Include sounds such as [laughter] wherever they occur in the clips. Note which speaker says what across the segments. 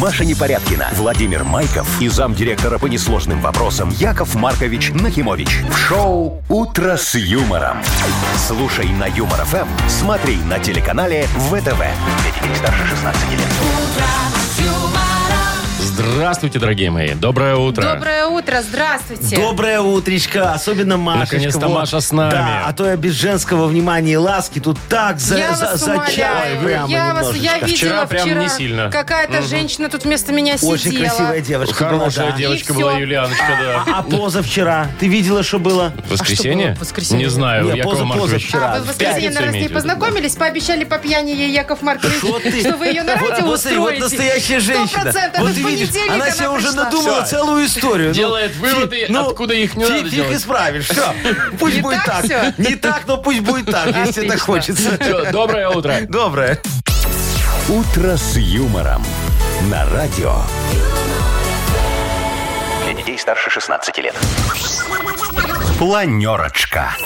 Speaker 1: Маша Непорядкина, Владимир Майков и замдиректора по несложным вопросам Яков Маркович Нахимович. В шоу «Утро с юмором». Слушай на Юмор ФМ, смотри на телеканале ВТВ. Для детей старше 16 лет.
Speaker 2: Здравствуйте, дорогие мои. Доброе утро.
Speaker 3: Доброе утро, здравствуйте.
Speaker 4: Доброе утречко, особенно Машечка.
Speaker 2: Наконец-то Маша с нами.
Speaker 4: Да, а то я без женского внимания и ласки тут так за,
Speaker 3: Я
Speaker 4: за-
Speaker 3: вас
Speaker 4: за чай
Speaker 3: умоляю,
Speaker 4: прямо
Speaker 3: я вас,
Speaker 4: немножечко.
Speaker 3: я видела
Speaker 2: Вчера
Speaker 3: вчера,
Speaker 2: прям не сильно.
Speaker 3: какая-то женщина тут вместо меня
Speaker 4: Очень
Speaker 3: сидела.
Speaker 4: красивая девочка была,
Speaker 2: Хорошая
Speaker 4: да.
Speaker 2: девочка
Speaker 3: И
Speaker 2: была
Speaker 3: всё.
Speaker 2: Юлианочка, да.
Speaker 4: А позавчера ты видела, что было?
Speaker 3: А что
Speaker 2: Воскресенье?
Speaker 3: было в воскресенье?
Speaker 2: Не знаю,
Speaker 4: Не,
Speaker 2: Яков
Speaker 4: поза-
Speaker 2: Маркович.
Speaker 4: позавчера.
Speaker 3: А вы в воскресенье,
Speaker 2: Пятница
Speaker 3: наверное, с
Speaker 2: имеете
Speaker 3: ней
Speaker 2: в виду,
Speaker 3: познакомились, пообещали по пьяни ей Яков Маркович,
Speaker 4: Вот ты.
Speaker 3: что вы ее на
Speaker 4: Вот-
Speaker 3: радио
Speaker 4: вот смотри, Вот
Speaker 3: устроите.
Speaker 4: настоящая женщина.
Speaker 3: процентов,
Speaker 4: Вот
Speaker 3: это
Speaker 4: ты
Speaker 3: в
Speaker 4: видишь,
Speaker 3: понедельник
Speaker 4: она
Speaker 3: она
Speaker 4: себе уже
Speaker 3: пришла.
Speaker 4: надумала
Speaker 2: Всё.
Speaker 4: целую историю. Ну,
Speaker 2: Делает
Speaker 4: фи- ну,
Speaker 2: выводы, откуда их не
Speaker 4: фи-
Speaker 2: надо
Speaker 4: фиг
Speaker 2: делать.
Speaker 4: исправишь. Все. Пусть
Speaker 3: Не
Speaker 4: будет
Speaker 3: так
Speaker 4: так.
Speaker 3: всё?
Speaker 4: Не так, но пусть будет так, если
Speaker 3: Отлично.
Speaker 4: так хочется.
Speaker 2: Всё, Доброе
Speaker 4: [laughs]
Speaker 2: утро.
Speaker 4: Доброе.
Speaker 1: «Утро с юмором» на радио. Для детей старше 16 лет. Планерочка.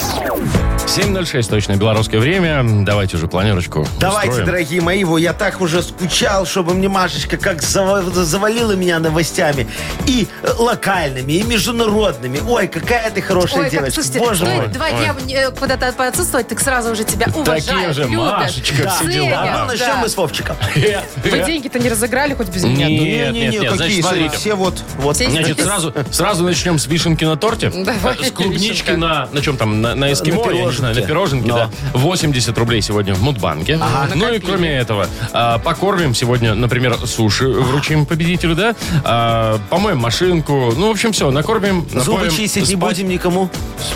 Speaker 2: 7.06 точно белорусское время. Давайте уже планерочку
Speaker 4: Давайте,
Speaker 2: устроим.
Speaker 4: дорогие мои, во, я так уже скучал, чтобы мне Машечка как зава- завалила меня новостями и э, локальными, и международными. Ой, какая ты хорошая
Speaker 3: Ой, как,
Speaker 4: девочка.
Speaker 3: слушайте,
Speaker 4: Боже
Speaker 3: стоит
Speaker 4: мой.
Speaker 3: два дня э, куда-то поотсутствовать, так сразу уже тебя уважают,
Speaker 2: Такие же,
Speaker 3: любят,
Speaker 2: Машечка,
Speaker 4: Да,
Speaker 2: все
Speaker 3: ценят,
Speaker 2: дела.
Speaker 4: А ну, начнем
Speaker 3: да.
Speaker 4: мы с Вовчиком.
Speaker 3: Вы деньги-то не разыграли хоть без меня? ну,
Speaker 2: Не.
Speaker 3: тут?
Speaker 2: Нет,
Speaker 4: Не-не-не,
Speaker 2: нет, нет,
Speaker 4: какие,
Speaker 2: значит,
Speaker 4: смотри,
Speaker 2: смотрите.
Speaker 4: все вот, вот.
Speaker 2: Значит, сразу, сразу начнем с вишенки на торте.
Speaker 3: Давай,
Speaker 2: Э, С клубнички
Speaker 3: вишенка.
Speaker 2: на, на чем там, на, на эскимо,
Speaker 4: На
Speaker 2: я не знаю, на
Speaker 4: пироженке.
Speaker 2: пироженке,
Speaker 4: Но.
Speaker 2: да. 80 рублей сегодня в Мудбанке. Ну и кроме этого, а, покормим сегодня, например, суши вручим победителю, да? А, помоем машинку, ну, в общем, все, накормим,
Speaker 4: Зубы
Speaker 2: напоим,
Speaker 4: чистить не
Speaker 2: спать-
Speaker 4: будем никому.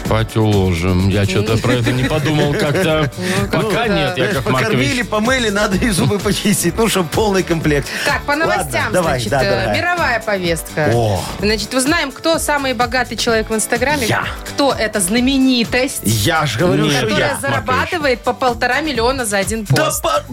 Speaker 2: Спать уложим. Я что-то про это не подумал как-то. Пока
Speaker 3: Ну, да.
Speaker 2: нет,
Speaker 4: Знаешь,
Speaker 2: Яков
Speaker 4: покормили,
Speaker 2: Маркович.
Speaker 4: помыли, надо и зубы почистить. Ну, чтобы полный комплект.
Speaker 3: Так, по
Speaker 4: Ладно,
Speaker 3: новостям,
Speaker 4: давай,
Speaker 3: значит,
Speaker 4: да,
Speaker 3: э,
Speaker 4: дорогая.
Speaker 3: мировая повестка.
Speaker 4: О.
Speaker 3: Значит, узнаем, кто самый богатый человек в Инстаграме.
Speaker 4: Я.
Speaker 3: Кто эта знаменитость,
Speaker 4: Я ж говорю,
Speaker 2: Нет.
Speaker 4: что
Speaker 3: которая
Speaker 4: я.
Speaker 3: зарабатывает по полтора миллиона за один
Speaker 4: Да,
Speaker 3: пост.
Speaker 4: по-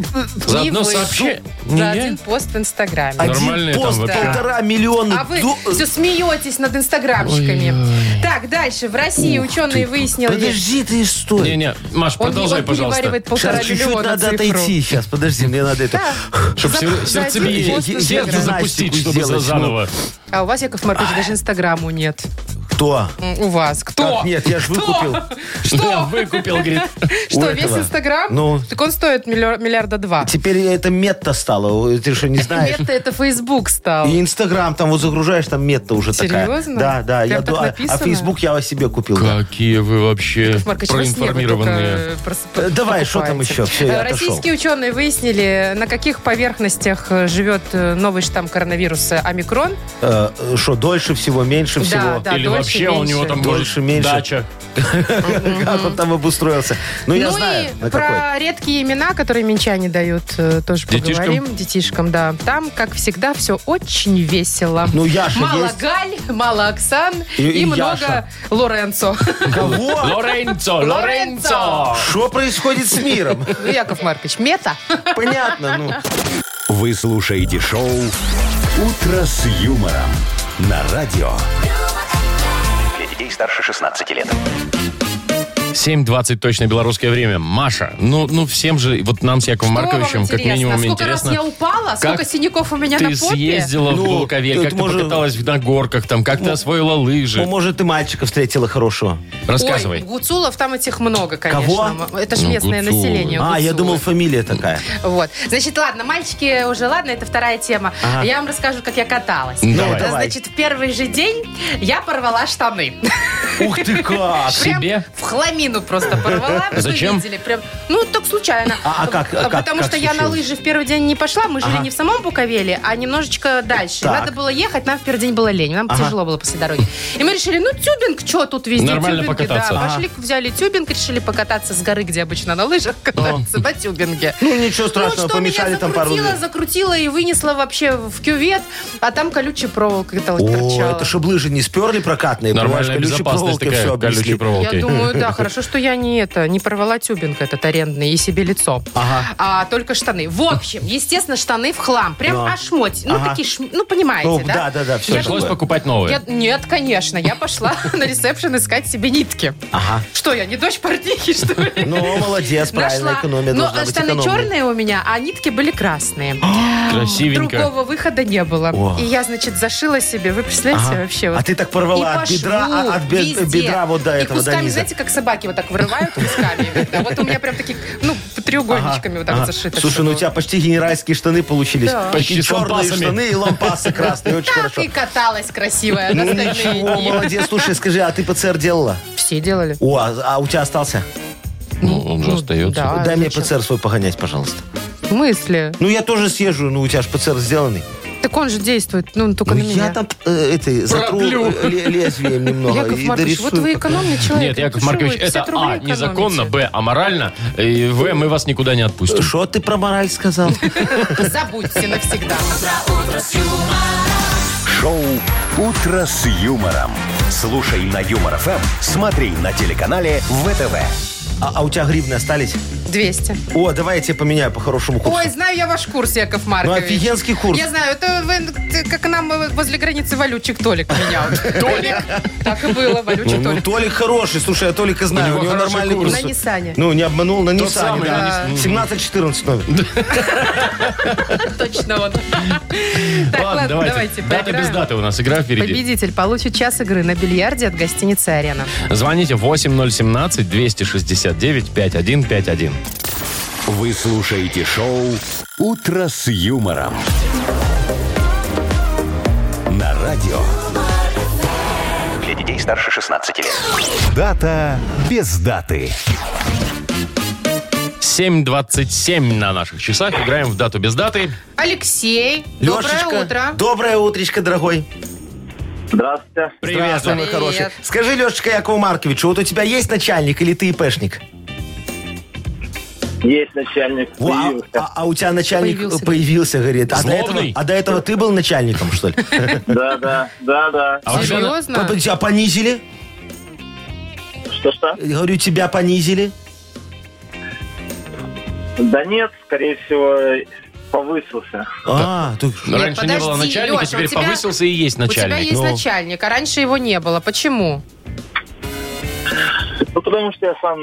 Speaker 2: За
Speaker 3: И
Speaker 2: одно
Speaker 3: вы.
Speaker 2: сообщение.
Speaker 3: За
Speaker 2: Не-не.
Speaker 3: один пост в Инстаграме.
Speaker 2: А
Speaker 4: Один
Speaker 2: Нормальные там
Speaker 4: пост,
Speaker 2: вообще.
Speaker 4: полтора миллиона.
Speaker 3: А вы
Speaker 4: ду-
Speaker 3: все смеетесь над инстаграмщиками. Так, дальше. В России ученые выяснили...
Speaker 4: Подожди ты, стой.
Speaker 2: Не-не, Маш,
Speaker 3: Он,
Speaker 2: продолжай,
Speaker 3: он
Speaker 2: пожалуйста.
Speaker 3: переваривает полтора
Speaker 4: Сейчас чуть-чуть
Speaker 3: миллиона
Speaker 4: надо
Speaker 3: цифру.
Speaker 4: отойти. Сейчас, подожди, мне надо это...
Speaker 3: Да.
Speaker 2: Чтоб
Speaker 3: За-
Speaker 2: сер-
Speaker 3: за один
Speaker 2: сердцебиение-
Speaker 3: пост в
Speaker 2: сердце
Speaker 3: Инстаграме.
Speaker 2: запустить, чтобы
Speaker 4: Гимнастику
Speaker 2: за-
Speaker 4: сделать, ну.
Speaker 2: заново.
Speaker 3: А у вас, Яков Маркович, даже инстаграму нет.
Speaker 4: Кто?
Speaker 3: М, У вас. Кто?
Speaker 4: Как нет, я ж
Speaker 3: Кто?
Speaker 4: выкупил.
Speaker 2: Я
Speaker 3: Что?
Speaker 2: выкупил, говорит.
Speaker 4: у
Speaker 3: Что, весь
Speaker 4: этого.
Speaker 3: инстаграм?
Speaker 4: Ну.
Speaker 3: Так он стоит миллиар- миллиарда два.
Speaker 4: Теперь это метта стало. Ты что, не знаешь?
Speaker 3: Мета это Facebook стал.
Speaker 4: И Инстаграм там вот загружаешь, там метта уже
Speaker 3: Серьезно?
Speaker 4: такая. Да, да.
Speaker 3: Прям
Speaker 4: я
Speaker 3: так
Speaker 4: ду- а-
Speaker 3: написано?
Speaker 4: А Фейсбук я о себе купил. да.
Speaker 2: Какие вы вообще
Speaker 3: Яков Маркович, вы а с неба
Speaker 2: проинформированные.
Speaker 3: только, э, прос-
Speaker 4: Э, давай, что там
Speaker 3: покупаете.
Speaker 4: еще? Всё, я
Speaker 3: Э,
Speaker 4: отошел.
Speaker 3: Российские ученые выяснили, на каких поверхностях э, живет э, новый штамм коронавируса омикрон.
Speaker 4: Э, э, Что, дольше всего, меньше всего?
Speaker 3: Да,
Speaker 2: Или
Speaker 3: дольше,
Speaker 2: вообще у
Speaker 3: меньше.
Speaker 2: него там
Speaker 4: Дольше,
Speaker 2: может,
Speaker 4: меньше.
Speaker 2: дача.
Speaker 4: [laughs] Как он там обустроился? Ну, я
Speaker 3: ну
Speaker 4: знаю,
Speaker 3: и
Speaker 4: на
Speaker 3: про
Speaker 4: какой.
Speaker 3: редкие имена, которые минчане дают, э, тоже
Speaker 2: Детишкам?
Speaker 3: поговорим. Детишкам, да. Там, как всегда, все очень весело.
Speaker 4: Ну, Яша
Speaker 3: мало
Speaker 4: есть.
Speaker 3: Галь, мало Оксан и,
Speaker 4: И- и
Speaker 3: много
Speaker 4: Яша. [laughs]
Speaker 3: Лоренцо.
Speaker 4: Кого?
Speaker 2: Лоренцо, Лоренцо!
Speaker 4: Что происходит с миром? [laughs]
Speaker 3: Ну, Яков Маркович, мета.
Speaker 4: Понятно, ну.
Speaker 1: Вы слушаете шоу «Утро с юмором» на радио. Для детей старше 16 лет.
Speaker 2: 7.20 точно белорусское время. Маша, ну, ну всем же, вот нам с Яковом
Speaker 3: Что вам
Speaker 2: Марковичем, как
Speaker 3: интересно?
Speaker 2: минимум,
Speaker 3: Сколько
Speaker 2: интересно.
Speaker 3: раз я упала, сколько
Speaker 2: как
Speaker 3: синяков у меня
Speaker 2: ты
Speaker 3: на попе.
Speaker 2: съездила в
Speaker 4: Ну,
Speaker 2: Глуковель,
Speaker 4: это
Speaker 2: как ты
Speaker 4: может-
Speaker 2: покаталась на горках, там, как ты освоила
Speaker 4: Ну,
Speaker 2: лыжи.
Speaker 4: Может, ты мальчика встретила хорошего.
Speaker 2: Рассказывай.
Speaker 3: Ой, гуцулов там этих много, конечно. Это же
Speaker 2: Ну,
Speaker 3: местное
Speaker 2: гуцулы.
Speaker 3: население.
Speaker 4: А, я
Speaker 3: гуцулы.
Speaker 4: думал, фамилия такая.
Speaker 3: Вот. Значит, ладно, мальчики уже, ладно, это вторая тема.
Speaker 4: Ага.
Speaker 3: Я вам расскажу, как я каталась.
Speaker 2: Ну,
Speaker 4: давай.
Speaker 3: Да, Значит, в первый же день я порвала штаны.
Speaker 4: Ух ты как!
Speaker 3: Прям
Speaker 2: Себе?
Speaker 3: в хламину просто порвала. Вы
Speaker 2: Зачем?
Speaker 3: видели, прям. Ну, так случайно.
Speaker 4: А- а как- а как-
Speaker 3: Потому
Speaker 4: как
Speaker 3: что я на
Speaker 4: случилось?
Speaker 3: лыжи в первый день не пошла. Мы жили
Speaker 4: Ага.
Speaker 3: не в самом Буковеле, а немножечко дальше.
Speaker 4: Так.
Speaker 3: Надо было ехать, нам в первый день было лень. Нам
Speaker 4: Ага.
Speaker 3: тяжело было после дороги. И мы решили, ну, тюбинг, что тут везде?
Speaker 2: Нормально
Speaker 3: тюбинги,
Speaker 2: покататься.
Speaker 3: Да,
Speaker 4: Ага.
Speaker 3: пошли, взяли тюбинг, решили покататься с горы, где обычно на лыжах катаются, на тюбинге.
Speaker 4: Ну, ничего страшного,
Speaker 3: Ну, что
Speaker 4: помешали
Speaker 3: меня
Speaker 4: там пару
Speaker 3: закрутило,
Speaker 4: дней.
Speaker 3: закрутило и вынесла вообще в кювет, а там колючая проволока тол-
Speaker 4: О,
Speaker 3: торчала.
Speaker 4: это чтоб лыжи не сперли прокатные.
Speaker 2: Нормальная
Speaker 4: понимаешь, колючей
Speaker 2: безопасная опасность
Speaker 4: проволоке
Speaker 2: такая
Speaker 4: всё
Speaker 2: колючей
Speaker 4: объяснить.
Speaker 2: проволоки.
Speaker 3: Я думаю,
Speaker 4: [laughs]
Speaker 3: да, хорошо, что я не это, не порвала тюбинг этот арендный и себе лицо. А только штаны. В общем, естественно, штаны в хлам. Прям
Speaker 4: Ну.
Speaker 3: ошмоть. Ну,
Speaker 4: Ага.
Speaker 3: такие, шм- ну, понимаете,
Speaker 4: Ну,
Speaker 3: да?
Speaker 4: да, да, да, всё
Speaker 3: Я
Speaker 2: Пришлось
Speaker 4: такое.
Speaker 2: покупать новые.
Speaker 3: Я- нет, конечно. Я пошла [laughs] на ресепшн искать себе нитки.
Speaker 4: Ага.
Speaker 3: Что, я не дочь портнихи, что
Speaker 4: [laughs]
Speaker 3: ли?
Speaker 4: Ну, молодец, правильно,
Speaker 3: Нашла. Ну,
Speaker 4: экономия
Speaker 3: Но
Speaker 4: должна быть
Speaker 3: штаны
Speaker 4: экономной.
Speaker 3: черные у меня, а нитки были красные.
Speaker 4: [gasps]
Speaker 2: Красивенько.
Speaker 3: Другого выхода не было.
Speaker 4: О.
Speaker 3: И я, значит, зашила себе. Вы представляете
Speaker 4: Ага.
Speaker 3: вообще? вот
Speaker 4: А ты так
Speaker 3: и
Speaker 4: порвала
Speaker 3: по
Speaker 4: от бедра,
Speaker 3: шву,
Speaker 4: а- от бе-
Speaker 3: везде.
Speaker 4: бедра вот до
Speaker 3: И
Speaker 4: этого, до
Speaker 3: кусками,
Speaker 4: низа.
Speaker 3: знаете, как собаки вот так вырывают кусками. А вот у меня прям таких, ну, треугольничками вот так
Speaker 4: Ага.
Speaker 3: вот зашито.
Speaker 4: Слушай,
Speaker 3: всё
Speaker 4: ну у
Speaker 3: было.
Speaker 4: тебя почти генеральские штаны получились.
Speaker 3: Да.
Speaker 2: Почти
Speaker 4: Такие
Speaker 2: с
Speaker 4: черные
Speaker 2: лампасами.
Speaker 4: штаны и лампасы красные. Очень
Speaker 3: Так
Speaker 4: хорошо.
Speaker 3: и каталась красивая на
Speaker 4: Ну
Speaker 3: остальные
Speaker 4: ничего,
Speaker 3: дни.
Speaker 4: молодец. Слушай, скажи, а ты ПЦР делала?
Speaker 3: Все делали.
Speaker 4: О, а а у тебя остался?
Speaker 2: Ну, он же
Speaker 3: Ну,
Speaker 2: остается.
Speaker 3: да,
Speaker 4: Дай мне
Speaker 3: зачем?
Speaker 4: ПЦР свой погонять, пожалуйста.
Speaker 3: В смысле?
Speaker 4: Ну я тоже съезжу, ну у тебя же ПЦР сделанный.
Speaker 3: Так он же действует, ну, только
Speaker 4: Ну
Speaker 3: на меня. Ну,
Speaker 4: я там э, этой затру
Speaker 2: Проблю.
Speaker 4: э, ле-
Speaker 3: [laughs]
Speaker 4: лезвием немного
Speaker 3: Яков
Speaker 4: и
Speaker 3: Маркович, вот
Speaker 4: дорисую.
Speaker 3: вы экономный человек.
Speaker 2: Нет,
Speaker 3: ну,
Speaker 2: Яков
Speaker 3: что
Speaker 2: Маркович,
Speaker 3: вы, 50
Speaker 2: это
Speaker 3: рублей
Speaker 2: А,
Speaker 3: экономите?
Speaker 2: незаконно, Б, аморально, и В, мы вас никуда не отпустим.
Speaker 4: Что ты про мораль
Speaker 3: [laughs]
Speaker 4: сказал?
Speaker 3: Забудьте навсегда.
Speaker 1: Шоу «Утро с юмором». Слушай на Юмор ФМ, смотри на телеканале ВТВ.
Speaker 4: А а у тебя гривны остались?
Speaker 3: 200.
Speaker 4: О, давай я тебе поменяю по хорошему курсу.
Speaker 3: Ой, знаю я ваш курс, Яков Маркович.
Speaker 4: Ну, офигенский курс.
Speaker 3: Я знаю, это вы, ты, как нам э, возле границы валютчик Толик менял. Толик? Так и было, валютчик
Speaker 4: Ну,
Speaker 3: Толик.
Speaker 4: Толик хороший, слушай, я Толика знаю,
Speaker 2: него
Speaker 4: у него
Speaker 2: хороший
Speaker 4: нормальный
Speaker 2: курс.
Speaker 4: курс.
Speaker 3: На Ниссане.
Speaker 4: Ну, не обманул, на Ниссане,
Speaker 2: самый,
Speaker 4: да. 17-14 номер.
Speaker 3: Точно он. Так, ладно, давайте
Speaker 2: Дата без
Speaker 3: поиграем.
Speaker 2: даты у нас игра впереди.
Speaker 3: Победитель получит час игры на бильярде от гостиницы «Арена».
Speaker 2: Звоните 8017-269-5151.
Speaker 1: Вы слушаете шоу «Утро с юмором». На радио.
Speaker 5: Для детей старше 16 лет.
Speaker 1: Дата без даты.
Speaker 2: 7.27 на наших часах. Играем в дату без даты.
Speaker 3: Алексей, доброе
Speaker 4: Лешечка,
Speaker 3: утро.
Speaker 4: Доброе утречко, дорогой.
Speaker 6: Здравствуйте.
Speaker 2: Привет.
Speaker 4: Здравствуй, мой
Speaker 3: Привет.
Speaker 4: хороший. Скажи, Лешечка Якову Марковичу, вот у тебя есть начальник или ты ИПшник?
Speaker 6: Есть начальник.
Speaker 4: Во, а-
Speaker 6: Появился.
Speaker 4: А, а у тебя начальник
Speaker 3: Появился.
Speaker 4: появился, говорит. А до, этого,
Speaker 2: Злобный?
Speaker 4: а до этого ты был
Speaker 3: [laughs]
Speaker 4: начальником, что ли?
Speaker 6: Да, да, да, да.
Speaker 2: А у тебя на-
Speaker 3: Серьезно?
Speaker 4: Папа, Тебя понизили?
Speaker 6: Что-что?
Speaker 4: Я Говорю, тебя понизили.
Speaker 6: Да нет, скорее всего, повысился.
Speaker 4: А, ты-
Speaker 3: Нет,
Speaker 2: ну, раньше не было
Speaker 3: подожди,
Speaker 2: начальника,
Speaker 3: Лёш,
Speaker 2: теперь
Speaker 3: у тебя-
Speaker 2: повысился и есть начальник.
Speaker 3: У тебя есть
Speaker 2: Ну,
Speaker 3: начальник, а раньше его не было. Почему?
Speaker 6: Ну, потому что я сам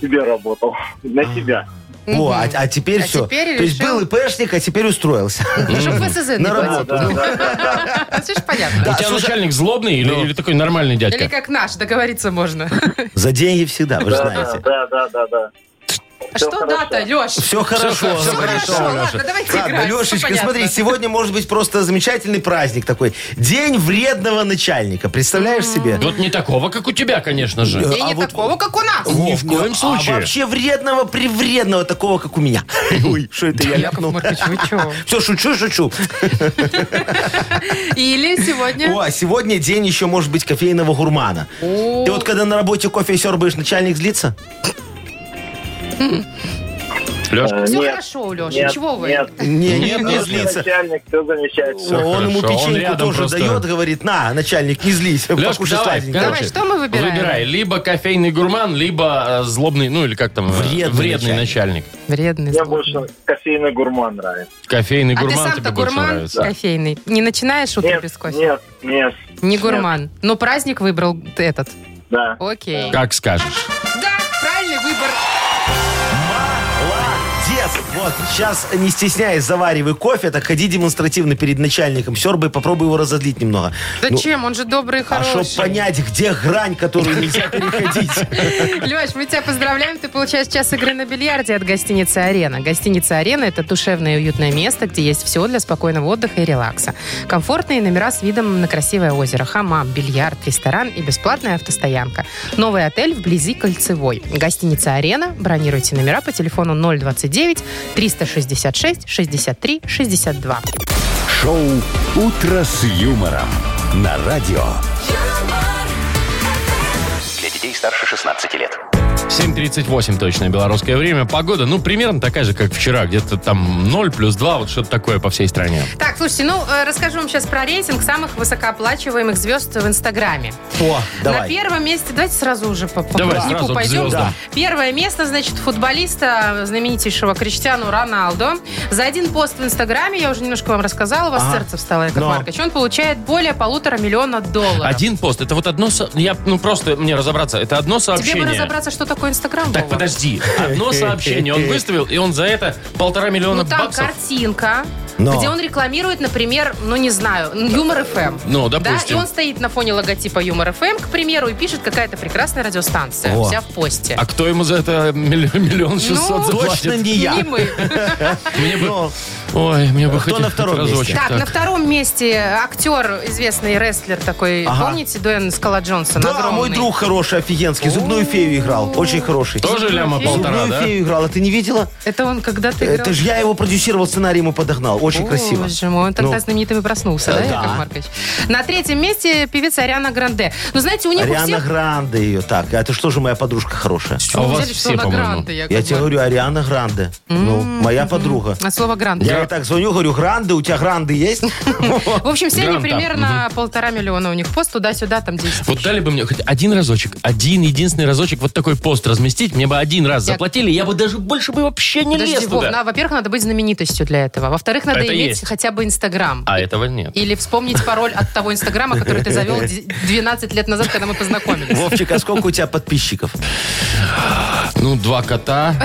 Speaker 6: себе работал. На себя.
Speaker 4: Во, а, а теперь
Speaker 3: А
Speaker 4: все.
Speaker 3: теперь
Speaker 4: То есть
Speaker 3: решил-
Speaker 4: был ИПшник, а
Speaker 3: [laughs]
Speaker 4: теперь устроился.
Speaker 3: Чтобы в Ну, СЗН не
Speaker 4: На
Speaker 3: [laughs]
Speaker 6: Да,
Speaker 4: работу.
Speaker 3: платить.
Speaker 6: да, да.
Speaker 3: Все же понятно.
Speaker 2: У
Speaker 4: Да,
Speaker 2: тебя
Speaker 4: слушай,
Speaker 2: начальник злобный или,
Speaker 3: ну.
Speaker 2: или такой нормальный
Speaker 3: Или
Speaker 2: дядька?
Speaker 3: как наш, договориться можно.
Speaker 4: За деньги всегда, вы же
Speaker 6: Да,
Speaker 4: знаете.
Speaker 6: да, да, да, да, да.
Speaker 3: А Что
Speaker 6: хорошо.
Speaker 3: дата, Леш?
Speaker 4: Все хорошо.
Speaker 2: хорошо,
Speaker 3: Все
Speaker 4: говорит
Speaker 3: хорошо,
Speaker 4: он.
Speaker 3: ладно, давайте
Speaker 4: Ладно,
Speaker 3: играть. всё
Speaker 4: Лешечка,
Speaker 3: понятно.
Speaker 4: смотри, сегодня может быть просто замечательный праздник такой. День вредного начальника. Представляешь себе? Э,
Speaker 2: Вот не такого, как у тебя, конечно же.
Speaker 3: И М-м. не такого, как у нас.
Speaker 2: Ни в коем
Speaker 4: а
Speaker 2: случае.
Speaker 4: вообще вредного, привредного, такого, как
Speaker 3: [laughs]
Speaker 4: у меня. Ой, что это я
Speaker 3: Яков
Speaker 4: ляпнул?
Speaker 3: Маркович, вы чё?
Speaker 4: Все,
Speaker 3: [laughs]
Speaker 4: шучу, шучу.
Speaker 3: Или сегодня...
Speaker 4: О, а сегодня день еще может быть кофейного гурмана. Ты вот когда на работе кофе сербаешь, начальник злится?
Speaker 2: Леш,
Speaker 6: Э,
Speaker 3: Все
Speaker 6: нет,
Speaker 3: хорошо у Леши,
Speaker 6: нет,
Speaker 3: чего вы?
Speaker 6: Нет,
Speaker 4: Не, не, не
Speaker 6: Хороший
Speaker 4: злится.
Speaker 6: начальник, все
Speaker 4: О,
Speaker 6: замечательно.
Speaker 4: Он ему
Speaker 2: Хорошо, он
Speaker 4: печеньку
Speaker 2: рядом
Speaker 4: тоже
Speaker 2: просто.
Speaker 4: дает, говорит, на, начальник, не злись.
Speaker 2: Леш,
Speaker 4: покушай
Speaker 2: давай,
Speaker 4: сладенького».
Speaker 2: короче,
Speaker 3: Давай, что мы выбираем?
Speaker 2: Выбирай, либо кофейный гурман, либо э, злобный, ну или как там, э,
Speaker 4: Вредный
Speaker 2: вредный начальник.
Speaker 3: Вредный.
Speaker 6: Мне
Speaker 3: злобный.
Speaker 6: больше кофейный гурман нравится.
Speaker 2: Кофейный
Speaker 3: А ты
Speaker 2: гурман тебе
Speaker 3: сам-то
Speaker 2: больше
Speaker 3: гурман
Speaker 2: нравится.
Speaker 3: кофейный? Не начинаешь утро без
Speaker 6: Нет,
Speaker 3: кофе?
Speaker 6: нет, нет,
Speaker 3: Не гурман. Но праздник выбрал ты этот.
Speaker 6: да.
Speaker 3: Окей.
Speaker 2: Как скажешь.
Speaker 3: Да, правильный выбор.
Speaker 4: Молодец! Вот, сейчас, не стесняясь, заваривай кофе, так ходи демонстративно перед начальником сербы, попробуй его разозлить немного. Ну,
Speaker 3: Зачем? Он же добрый и
Speaker 4: а чтобы
Speaker 3: хороший.
Speaker 4: понять, где грань, которую нельзя переходить.
Speaker 3: Леш, мы тебя поздравляем. Ты получаешь час игры на бильярде от гостиницы «Арена». Гостиница «Арена» — это душевное и уютное место, где есть все для спокойного отдыха и релакса. Комфортные номера с видом на красивое озеро, хамам, бильярд, ресторан и бесплатная автостоянка. Новый отель вблизи Кольцевой. Гостиница «Арена». Бронируйте номера по телефону 029 366 63 62.
Speaker 1: Шоу «Утро с юмором». На радио.
Speaker 5: Для детей старше 16 лет.
Speaker 2: 7.28 7.38 точное белорусское время. Погода, ну, примерно такая же, как вчера. Где-то там 0 плюс 2, вот что-то такое по всей стране.
Speaker 3: Так, слушайте, ну, э, расскажу вам сейчас про рейтинг самых высокооплачиваемых звезд в Инстаграме.
Speaker 4: О,
Speaker 3: На
Speaker 4: давай.
Speaker 3: первом месте, давайте сразу уже по, по
Speaker 2: Давай,
Speaker 3: крупнику
Speaker 2: сразу к
Speaker 3: пойдем.
Speaker 2: звездам. Да.
Speaker 3: Первое место, значит, футболиста знаменитейшего Криштиану Роналдо. За один пост в Инстаграме, я уже немножко вам рассказала, у вас
Speaker 4: Ага.
Speaker 3: сердце встало, Яков
Speaker 4: Но.
Speaker 3: Маркович, он получает более полутора миллиона долларов.
Speaker 2: Один пост, это вот одно... со- Я, ну, просто мне разобраться. Это одно
Speaker 3: Тебе бы
Speaker 2: сообщение.
Speaker 3: разобраться, что такое Инстаграм,
Speaker 2: Так,
Speaker 3: Вова.
Speaker 2: подожди.
Speaker 4: [laughs]
Speaker 2: Одно сообщение он выставил, и он за это полтора миллиона
Speaker 3: Ну, там
Speaker 2: баксов.
Speaker 3: картинка,
Speaker 4: Но.
Speaker 3: где он рекламирует, например, ну, не знаю, Юмор ФМ.
Speaker 2: Ну,
Speaker 3: Да, и
Speaker 2: допустим.
Speaker 3: он стоит на фоне логотипа Юмор ФМ, к примеру, и пишет какая-то прекрасная радиостанция.
Speaker 4: О.
Speaker 3: Вся в посте.
Speaker 2: А кто ему за это милли- миллион шестьсот
Speaker 3: Ну,
Speaker 4: Точно
Speaker 2: заплатит?
Speaker 4: не
Speaker 3: Не
Speaker 4: я.
Speaker 3: мы.
Speaker 2: Мне бы-
Speaker 4: Ну,
Speaker 2: Ой, мне бы
Speaker 4: Кто
Speaker 2: хоть
Speaker 4: на
Speaker 2: этот
Speaker 4: втором месте?
Speaker 2: разочек.
Speaker 3: Так,
Speaker 2: Так.
Speaker 3: на втором месте актер, известный рестлер такой,
Speaker 4: Ага.
Speaker 3: помните, Дуэн Скала Джонсона?
Speaker 4: да,
Speaker 3: огромный?
Speaker 4: мой друг хороший, офигенский. Зубную фею играл. Очень хороший.
Speaker 2: Тоже ляма полтора,
Speaker 4: Зубную
Speaker 2: да?
Speaker 4: фею играл. А ты не видела?
Speaker 3: Это он когда-то играл?
Speaker 4: Это же Э, я его продюсировал, сценарий ему подогнал. Очень красиво.
Speaker 3: Боже мой, он тогда
Speaker 4: Ну.
Speaker 3: знаменитым и проснулся, да,
Speaker 4: Да.
Speaker 3: Яков Маркович? На третьем месте певица Ариана Гранде. Ну, знаете, у них у
Speaker 4: Ариана
Speaker 3: всех...
Speaker 4: Гранде ее. Так, а это же тоже моя подружка хорошая.
Speaker 2: А у вас
Speaker 3: Взяли, что
Speaker 2: все,
Speaker 3: она
Speaker 2: по-моему.
Speaker 3: Гранде, Яков
Speaker 4: Я тебе говорю, Ариана Гранде. Ну,
Speaker 3: М-м-м.
Speaker 4: моя подруга.
Speaker 3: Маркович. От слова А Гранде.
Speaker 4: Я ей так звоню, говорю, Гранде, у тебя
Speaker 3: [laughs]
Speaker 4: Гранды есть?
Speaker 3: В общем, все они
Speaker 2: Гранта.
Speaker 3: примерно полтора миллиона у них пост, туда-сюда, там 10
Speaker 2: Вот дали бы мне хоть один разочек, один единственный разочек вот такой пост разместить, мне бы один раз
Speaker 3: Я-
Speaker 2: заплатили, я бы даже больше бы вообще не
Speaker 3: Подожди,
Speaker 2: лез
Speaker 3: Вов,
Speaker 2: туда.
Speaker 3: на- во-первых, надо быть знаменитостью для этого. Во-вторых, надо
Speaker 2: Это
Speaker 3: иметь
Speaker 2: есть.
Speaker 3: хотя бы Инстаграм.
Speaker 2: А этого нет.
Speaker 3: Или вспомнить пароль от того Инстаграма, который ты завел д- 12 лет назад, когда мы познакомились.
Speaker 4: Вовчик, а сколько у тебя подписчиков?
Speaker 2: Ну, два
Speaker 3: [laughs]
Speaker 2: кота.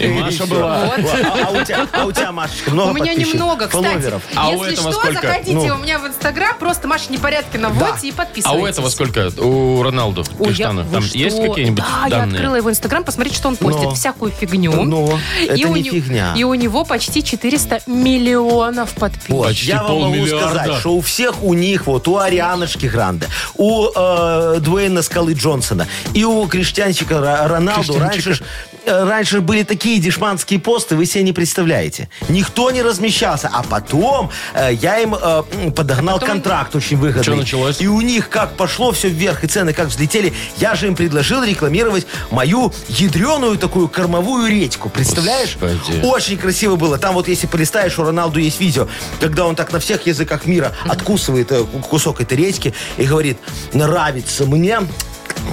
Speaker 2: И Маша была.
Speaker 4: А
Speaker 3: Вот.
Speaker 4: а у тебя, а у тебя, Машечка, много
Speaker 3: У меня
Speaker 4: подписчиков?
Speaker 3: немного, кстати.
Speaker 4: Фолловеров?
Speaker 2: А у
Speaker 3: Если
Speaker 2: этого
Speaker 3: что,
Speaker 2: сколько?
Speaker 3: заходите
Speaker 4: Ну.
Speaker 3: у меня в Инстаграм, просто Маша непорядки наводите и подписывайтесь.
Speaker 2: А у этого сколько? У Роналду
Speaker 3: Ой, я-
Speaker 2: Криштиану.
Speaker 3: вы
Speaker 2: Там
Speaker 3: что?
Speaker 2: есть какие-нибудь
Speaker 3: Да, я открыла
Speaker 2: данные?
Speaker 3: его Инстаграм, посмотреть, что он постит.
Speaker 4: Но.
Speaker 3: Всякую фигню.
Speaker 4: Но. Это
Speaker 3: у
Speaker 4: не
Speaker 3: не-
Speaker 4: фигня.
Speaker 3: И у него почти 400 миллионов подписчиков.
Speaker 4: Вот,
Speaker 2: Почти
Speaker 4: я вам могу
Speaker 2: полмиллиарда.
Speaker 4: сказать, что у всех у них, вот у Арианочки Гранде, у э, Дуэйна Скалы Джонсона и у Криштианчика Ро- Роналду раньше, ж, э, раньше ж были такие дешманские посты, вы себе не представляете. Никто не размещался, а потом э, я им э, м, подогнал контракт очень выгодный.
Speaker 2: Чё началось?
Speaker 4: И у них как пошло все вверх, и цены как взлетели. Я же им предложил рекламировать мою ядреную такую кормовую редьку, представляешь?
Speaker 2: Господи.
Speaker 4: Очень красиво было. Там вот если полистаешь, у Роналду есть видео, когда он так на всех языках мира откусывает э, кусок этой редьки и говорит, нравится мне,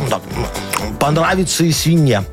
Speaker 4: так, понравится и свинье.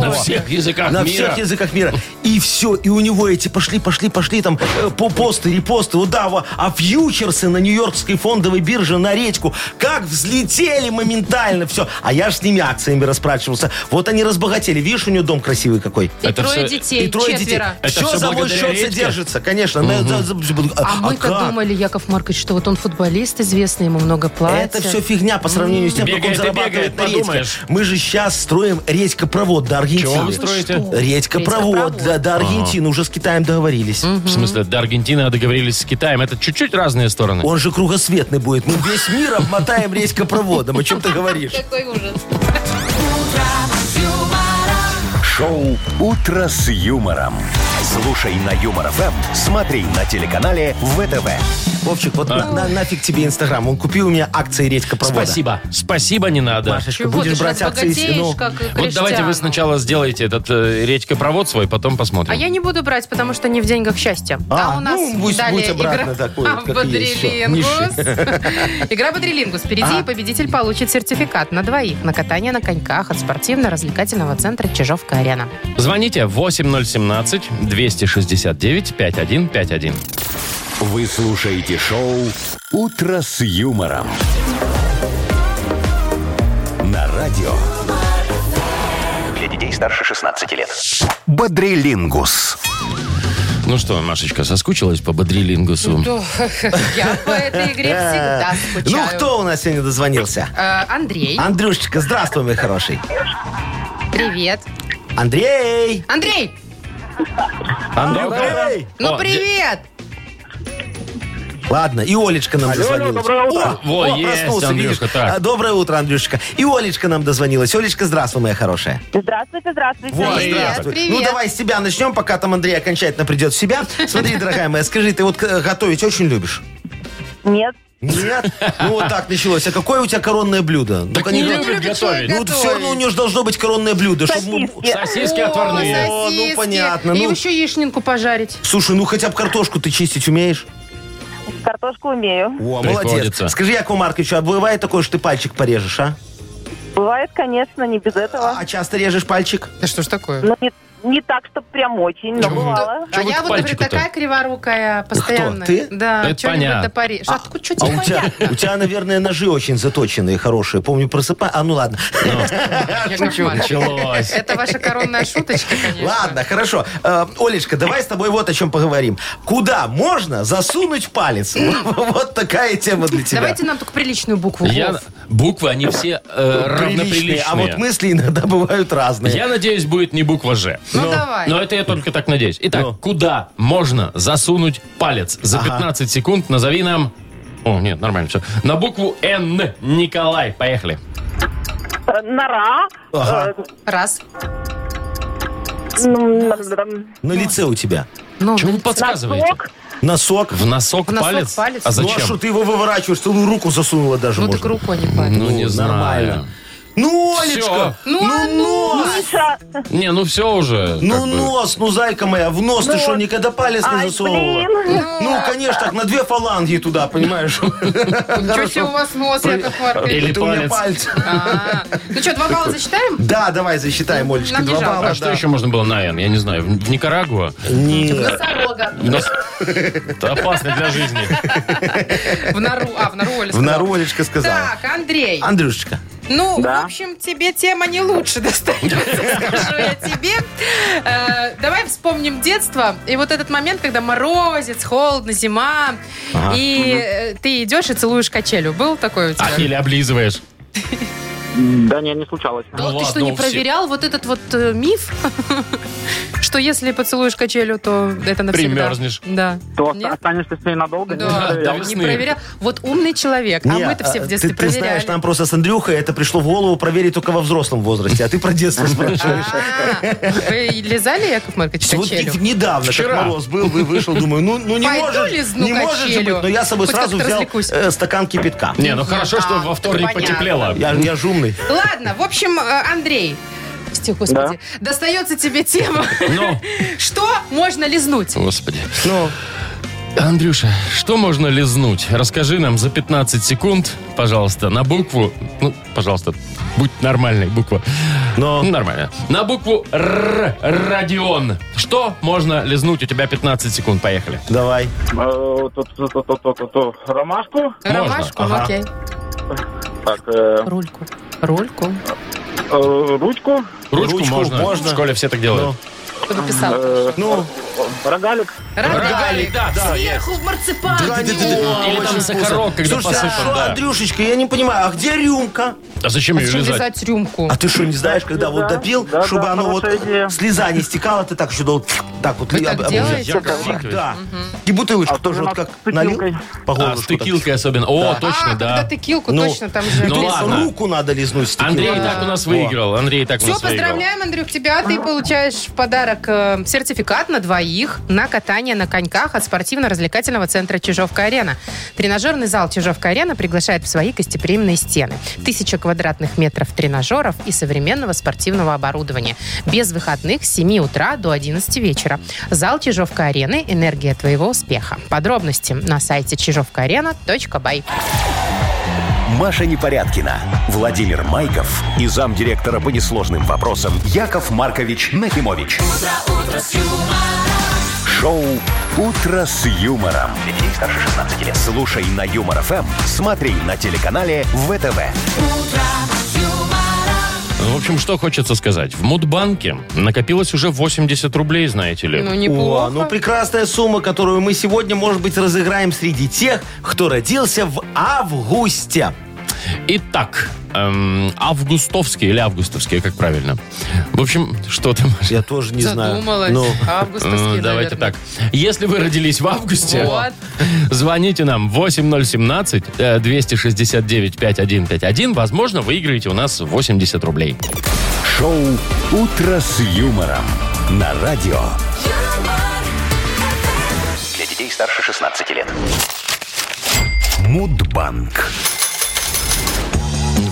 Speaker 2: На всех языках
Speaker 4: На
Speaker 2: мира.
Speaker 4: всех языках мира. И все, и у него эти пошли, пошли, пошли, там, э, по посты, репосты, вот да, во- а фьючерсы на Нью-Йоркской фондовой бирже на редьку, как взлетели моментально все. А я ж с ними акциями расплачивался. Вот они разбогатели. Видишь, у него дом красивый какой.
Speaker 3: И
Speaker 2: Это
Speaker 3: трое
Speaker 2: всё-
Speaker 3: детей,
Speaker 4: И трое детей.
Speaker 3: четверо.
Speaker 2: Это
Speaker 4: все
Speaker 2: всё
Speaker 4: за мой
Speaker 2: благодаря
Speaker 4: счет
Speaker 2: Редьке?
Speaker 4: содержится, конечно. На- за- за- А,
Speaker 3: А мы-то
Speaker 4: как?
Speaker 3: думали, Яков Маркович, что вот он футболист известный, ему много платят.
Speaker 4: Это все фигня по сравнению с тем, как он
Speaker 2: Бегает и
Speaker 4: зарабатывает
Speaker 2: бегает,
Speaker 4: на редьке.
Speaker 2: подумаешь.
Speaker 4: Мы же сейчас строим редькопровод до Аргентины.
Speaker 2: Чего вы строите?
Speaker 4: Редькопровод до, до Аргентины. Уже с Китаем договорились.
Speaker 2: В смысле, до Аргентины договорились с Китаем. Это чуть-чуть разные стороны.
Speaker 4: Он же кругосветный будет. Мы весь мир обмотаем редькопроводом. О чем ты говоришь?
Speaker 3: Какой ужас.
Speaker 1: Шоу «Утро с юмором». Слушай на Юмор ФМ, смотри на телеканале ВТВ.
Speaker 4: Вовчик, вот
Speaker 2: А.
Speaker 4: на- на- нафиг тебе Инстаграм. Он купил у меня акции редькопровода.
Speaker 2: Спасибо. Спасибо, не надо.
Speaker 4: Машечка,
Speaker 3: Чего ты
Speaker 4: будешь
Speaker 3: же
Speaker 4: брать акции...
Speaker 3: разбогатеешь,
Speaker 4: ну,
Speaker 3: как и
Speaker 2: Вот давайте
Speaker 3: Криштиану.
Speaker 2: вы сначала сделаете этот э, редькопровод свой, потом посмотрим.
Speaker 3: А я не буду брать, потому что не в деньгах счастья.
Speaker 4: А,
Speaker 3: у нас
Speaker 4: ну, будь-
Speaker 3: далее
Speaker 4: будь обратно
Speaker 3: игра [laughs]
Speaker 4: такой, вот, как и есть, всё,
Speaker 3: Бодрилингус. [laughs] Игра Бодрилингус. Впереди победитель получит сертификат на двоих на катание на коньках от спортивно-развлекательного центра Чижовка-Арена.
Speaker 2: Звоните 8017-269-5151.
Speaker 1: Вы слушаете шоу «Утро с юмором». На радио
Speaker 5: Для детей старше 16 лет.
Speaker 1: «Бодрилингус».
Speaker 2: Ну что, Машечка, соскучилась по бодрилингусу?
Speaker 3: Я по этой игре
Speaker 4: [laughs]
Speaker 3: всегда
Speaker 4: Ну,
Speaker 3: скучаю.
Speaker 4: кто А? у нас сегодня дозвонился?
Speaker 3: Э, Андрей,
Speaker 4: Андрюшечка, здравствуй, мой хороший.
Speaker 3: привет.
Speaker 4: Андрей!
Speaker 3: Андрей,
Speaker 4: Андрей!
Speaker 3: ну
Speaker 2: О,
Speaker 3: привет!
Speaker 4: Ладно, и Олечка нам дозвонилась.
Speaker 6: доброе утро.
Speaker 4: О,
Speaker 2: Во,
Speaker 4: о,
Speaker 2: есть,
Speaker 4: проснулся,
Speaker 2: Андрюшка,
Speaker 4: видишь?
Speaker 2: так.
Speaker 4: А, Доброе утро, Андрюшечка. И Олечка нам дозвонилась. Олечка, здравствуй, моя хорошая.
Speaker 7: Здравствуйте, здравствуйте.
Speaker 4: Во,
Speaker 2: Привет,
Speaker 4: здравствуй.
Speaker 3: привет.
Speaker 4: Ну, давай с тебя начнем, пока там Андрей окончательно придет в себя. Смотри, дорогая моя, скажи, ты вот э, готовить очень любишь?
Speaker 7: Нет,
Speaker 4: Нет? Ну вот так началось. А какое у тебя коронное блюдо? Ну,
Speaker 2: Так не
Speaker 4: конечно,
Speaker 2: любит
Speaker 3: любит человек
Speaker 2: готовить.
Speaker 4: Ну, все равно у нее же должно быть коронное блюдо. чтобы мы-
Speaker 7: Сосиски.
Speaker 2: Сосиски
Speaker 3: О,
Speaker 2: отварные.
Speaker 4: О, ну,
Speaker 3: сосиски.
Speaker 4: понятно,
Speaker 3: И
Speaker 4: ну.
Speaker 3: еще яичнинку пожарить.
Speaker 4: Слушай, ну хотя бы картошку ты чистить умеешь?
Speaker 7: Картошку умею.
Speaker 4: О, молодец.
Speaker 2: Приходится.
Speaker 4: Скажи, Якову Марковичу, а бывает такое, что ты пальчик порежешь, а?
Speaker 7: Бывает, конечно, не без этого.
Speaker 4: А часто режешь пальчик?
Speaker 3: Да что ж такое?
Speaker 4: Ну,
Speaker 7: Но не, не так, что прям очень, но бывало.
Speaker 3: а
Speaker 2: Чё вы
Speaker 3: я
Speaker 2: к
Speaker 3: вот, например,
Speaker 2: пальчику-то?
Speaker 3: такая криворукая, постоянно.
Speaker 4: Ты?
Speaker 3: Да,
Speaker 2: Это
Speaker 3: что-нибудь
Speaker 2: понятно.
Speaker 3: допари. Что, откуда- что
Speaker 4: А
Speaker 3: тебе
Speaker 4: у тебя,
Speaker 3: понятно?
Speaker 4: у тебя, наверное, ножи очень заточенные, хорошие. Помню, просыпай. А ну ладно.
Speaker 3: Яков Маркович?
Speaker 2: Началось.
Speaker 3: Это ваша коронная шуточка,
Speaker 4: [laughs]
Speaker 3: конечно.
Speaker 4: Ладно, хорошо. Э, Олечка, давай с тобой вот о чем поговорим. Куда можно засунуть палец? [laughs] Вот такая тема для тебя.
Speaker 3: Давайте нам только приличную букву.
Speaker 2: Я...
Speaker 3: Вов.
Speaker 2: Буквы, они все э, равноприличные.
Speaker 4: Приличные, А вот мысли иногда бывают разные.
Speaker 2: Я надеюсь, будет не буква «Ж».
Speaker 3: Ну, давай.
Speaker 2: Но это я только так надеюсь. Итак,
Speaker 4: Ну.
Speaker 2: куда можно засунуть палец? За 15 секунд назови нам... О, нет, нормально все. На букву «Н». Николай, поехали.
Speaker 7: Э, Нора.
Speaker 4: Ага.
Speaker 7: э,
Speaker 3: Раз.
Speaker 7: м, м,
Speaker 4: На лице у тебя.
Speaker 3: Ну,
Speaker 2: Чего вы подсказываете?
Speaker 7: Носок.
Speaker 4: Носок.
Speaker 2: В носок,
Speaker 3: В носок
Speaker 2: палец?
Speaker 3: палец.
Speaker 2: А
Speaker 4: Ну, а что
Speaker 2: зачем?
Speaker 4: ты его выворачиваешь? Целую руку засунула даже
Speaker 3: ну так
Speaker 4: можно.
Speaker 3: руку не падает.
Speaker 2: Ну, не знаю.
Speaker 4: нормально. Ну, Олечка.
Speaker 3: Ну, а
Speaker 4: ну, нос.
Speaker 7: Миша.
Speaker 2: Не, ну все уже.
Speaker 4: Ну,
Speaker 2: как бы.
Speaker 4: нос, ну, зайка моя, в нос ты
Speaker 7: Нос.
Speaker 4: что, никогда палец не
Speaker 7: Ай,
Speaker 4: засовывала?
Speaker 7: блин.
Speaker 4: Ну, конечно, так на две фаланги туда,
Speaker 3: [laughs]
Speaker 4: понимаешь?
Speaker 3: Что себе у вас нос, Яков Маркович?
Speaker 2: Или
Speaker 4: Это у меня
Speaker 2: палец.
Speaker 4: палец.
Speaker 3: А, Ну что, два балла зачитаем?
Speaker 4: Да, давай засчитаем, Олечка,
Speaker 3: Нам не
Speaker 4: два
Speaker 3: жалко.
Speaker 4: балла.
Speaker 2: А что еще можно было на «Н»? Я не знаю. В в Никарагуа?
Speaker 4: Нет.
Speaker 3: Носорога.
Speaker 2: В нос- Это опасно для жизни.
Speaker 3: В нору. А, в нору Оля
Speaker 4: В
Speaker 3: сказала.
Speaker 4: нору Олечка сказала.
Speaker 3: Так, Андрей.
Speaker 4: Андрюшечка,
Speaker 3: Ну,
Speaker 6: Да.
Speaker 3: в общем, тебе тема не лучше [laughs] достается, скажу я тебе. Э, Давай вспомним детство. И вот этот момент, когда морозец, холодно, зима, и э, ты идешь и целуешь качелю. Был такой у тебя?
Speaker 2: А или облизываешь.
Speaker 6: Да не, не случалось.
Speaker 3: Ну,
Speaker 2: Ну
Speaker 3: ты что,
Speaker 2: ладно,
Speaker 3: не
Speaker 2: у всех.
Speaker 3: проверял вот этот вот э, миф? [laughs] Что если поцелуешь качелю, то это навсегда.
Speaker 2: Примерзнешь.
Speaker 3: Да.
Speaker 6: То
Speaker 3: Нет?
Speaker 6: останешься с ней надолго?
Speaker 3: Да,
Speaker 6: не проверял.
Speaker 2: до
Speaker 3: не
Speaker 2: весны.
Speaker 3: проверял. Вот умный человек, а
Speaker 4: не,
Speaker 3: мы-то все
Speaker 4: а,
Speaker 3: в детстве
Speaker 4: ты, ты
Speaker 3: проверяли.
Speaker 4: знаешь, нам просто с Андрюхой это пришло в голову проверить только во взрослом возрасте, а ты про
Speaker 2: [laughs]
Speaker 4: детство спрашиваешь.
Speaker 3: А, Вы лизали, Яков Маркович,
Speaker 4: Вот
Speaker 3: качелю?
Speaker 4: ведь недавно,
Speaker 2: Вчера.
Speaker 4: как мороз был, вы вышел, думаю, ну, ну не
Speaker 3: Пойду
Speaker 4: можешь,
Speaker 3: лизну
Speaker 4: не можешь же
Speaker 3: качелю.
Speaker 4: быть, но я с собой
Speaker 3: Хоть
Speaker 4: сразу
Speaker 3: как-то
Speaker 4: взял
Speaker 3: развлекусь.
Speaker 4: э, стакан кипятка.
Speaker 2: Не, ну хорошо, что
Speaker 3: а,
Speaker 2: во вторник
Speaker 3: это понятно.
Speaker 2: потеплело.
Speaker 4: Я, я ж умный.
Speaker 3: Ладно, в общем, э, Андрей. Прости, Господи. Достается тебе тема.
Speaker 2: Ну.
Speaker 3: Что можно лизнуть?
Speaker 2: Господи.
Speaker 4: Ну,
Speaker 2: Андрюша, что можно лизнуть? Расскажи нам за 15 секунд, пожалуйста, на букву... Ну, пожалуйста, будь нормальной буква.
Speaker 4: Но-
Speaker 2: Ну, Нормально. На букву Р. Родион. Что можно лизнуть? У тебя 15 секунд. Поехали.
Speaker 4: давай.
Speaker 6: Э, то- то- то- то- то- то- то. Ромашку.
Speaker 2: Можно,
Speaker 3: Ромашку, ну,
Speaker 2: ага.
Speaker 3: окей.
Speaker 6: Так, э,
Speaker 3: Рульку. Рульку.
Speaker 6: э, ручку.
Speaker 2: Ручку,
Speaker 4: Ручку
Speaker 2: можно.
Speaker 4: можно.
Speaker 2: В школе все так делают.
Speaker 3: Кто бы писал?
Speaker 6: э,
Speaker 4: Ну,
Speaker 6: Рогалик.
Speaker 3: Рогалик.
Speaker 2: да, да.
Speaker 3: Сверху в марципан.
Speaker 4: да, да, да, да.
Speaker 2: Или там
Speaker 4: Очень
Speaker 2: сахарок, когда
Speaker 4: Слушай, а
Speaker 2: посыпан,
Speaker 4: что,
Speaker 2: да.
Speaker 4: Андрюшечка, я не понимаю, а где рюмка?
Speaker 2: А зачем ее
Speaker 3: Зачем
Speaker 2: лизать?
Speaker 3: лизать рюмку?
Speaker 4: А ты что, не знаешь,
Speaker 2: Ну
Speaker 4: когда вот допил,
Speaker 6: да,
Speaker 4: чтобы
Speaker 6: да,
Speaker 4: оно вот
Speaker 6: хорошая идея.
Speaker 4: слеза не стекала, ты так еще дол- так вот
Speaker 3: Вы
Speaker 4: ли-
Speaker 3: так
Speaker 4: об-
Speaker 3: делаете?
Speaker 2: Яков
Speaker 4: Ах,
Speaker 2: Маркович.
Speaker 4: Да. И бутылочку
Speaker 6: А
Speaker 4: тоже вот
Speaker 6: у нас
Speaker 4: как
Speaker 6: с
Speaker 4: налил.
Speaker 6: тыкилкой.
Speaker 4: По
Speaker 2: А,
Speaker 4: горлышку
Speaker 2: с
Speaker 4: так.
Speaker 2: тыкилкой особенно. О, точно,
Speaker 3: а, когда
Speaker 2: да.
Speaker 3: ты килку,
Speaker 4: Ну,
Speaker 3: точно, там же...
Speaker 2: ну
Speaker 4: То есть
Speaker 2: ладно.
Speaker 4: руку надо лизнуть с тыкилкой.
Speaker 2: Андрей и так у нас выиграл. Андрей и так у
Speaker 3: Все,
Speaker 2: нас выиграл.
Speaker 3: поздравляем, Андрюх, тебя. Ты получаешь в подарок э, сертификат на двоих на катание на коньках от спортивно-развлекательного центра «Чижовка-арена». Тренажерный зал «Чижовка-арена» приглашает в свои гостеприимные стены. Тысяча квадратных метров тренажеров и современного спортивного оборудования. Без выходных с 7 утра до 11 вечера. Зал «Чижовка-арены» – энергия твоего успеха. Подробности на сайте чижовкаарена.бай.
Speaker 1: Маша Непорядкина, Владимир Майков и замдиректора по несложным вопросам Яков Маркович Нахимович. Шоу Утро с юмором. Для детей старше 16 лет. Слушай на юмор ФМ, смотри на телеканале ВТВ.
Speaker 2: Ну, В общем, что хочется сказать. В Мудбанке накопилось уже 80 рублей, знаете ли.
Speaker 3: Ну,
Speaker 4: О,
Speaker 3: неплохо.
Speaker 4: ну прекрасная сумма, которую мы сегодня, может быть, разыграем среди тех, кто родился в августе.
Speaker 2: Итак, эм, августовские или августовские, как правильно? В общем, что там?
Speaker 4: Я тоже не
Speaker 3: Задумалась.
Speaker 4: знаю. Ну,
Speaker 3: Августовский,
Speaker 2: Э, Давайте
Speaker 3: наверное.
Speaker 2: так. Если вы родились в августе,
Speaker 3: Вот.
Speaker 2: звоните нам 8017-269-5151. Возможно, выиграете у нас 80 рублей.
Speaker 1: Шоу Утро с юмором на радио.
Speaker 5: Для детей старше 16 лет.
Speaker 1: Мудбанк.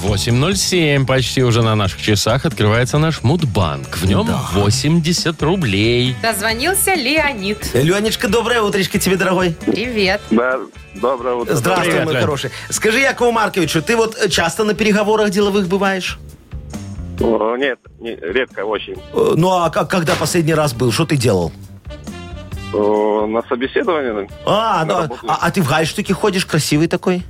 Speaker 2: 8.07 почти уже на наших часах открывается наш Мудбанк. В нем 80 рублей.
Speaker 3: Дозвонился Леонид.
Speaker 4: Ленечка, доброе утречко тебе, дорогой.
Speaker 3: Привет.
Speaker 6: Да, доброе утро.
Speaker 4: Здравствуй,
Speaker 2: Привет,
Speaker 4: мой
Speaker 2: Лен.
Speaker 4: хороший. Скажи, Якову Марковичу, ты вот э, часто на переговорах деловых бываешь?
Speaker 6: О, Нет, не- редко очень.
Speaker 4: Э, Ну, а как- когда последний раз был? Что ты делал?
Speaker 6: О, На собеседовании?
Speaker 4: А, ну,
Speaker 6: работу.
Speaker 4: а, а ты в гальштуке ходишь, красивый такой?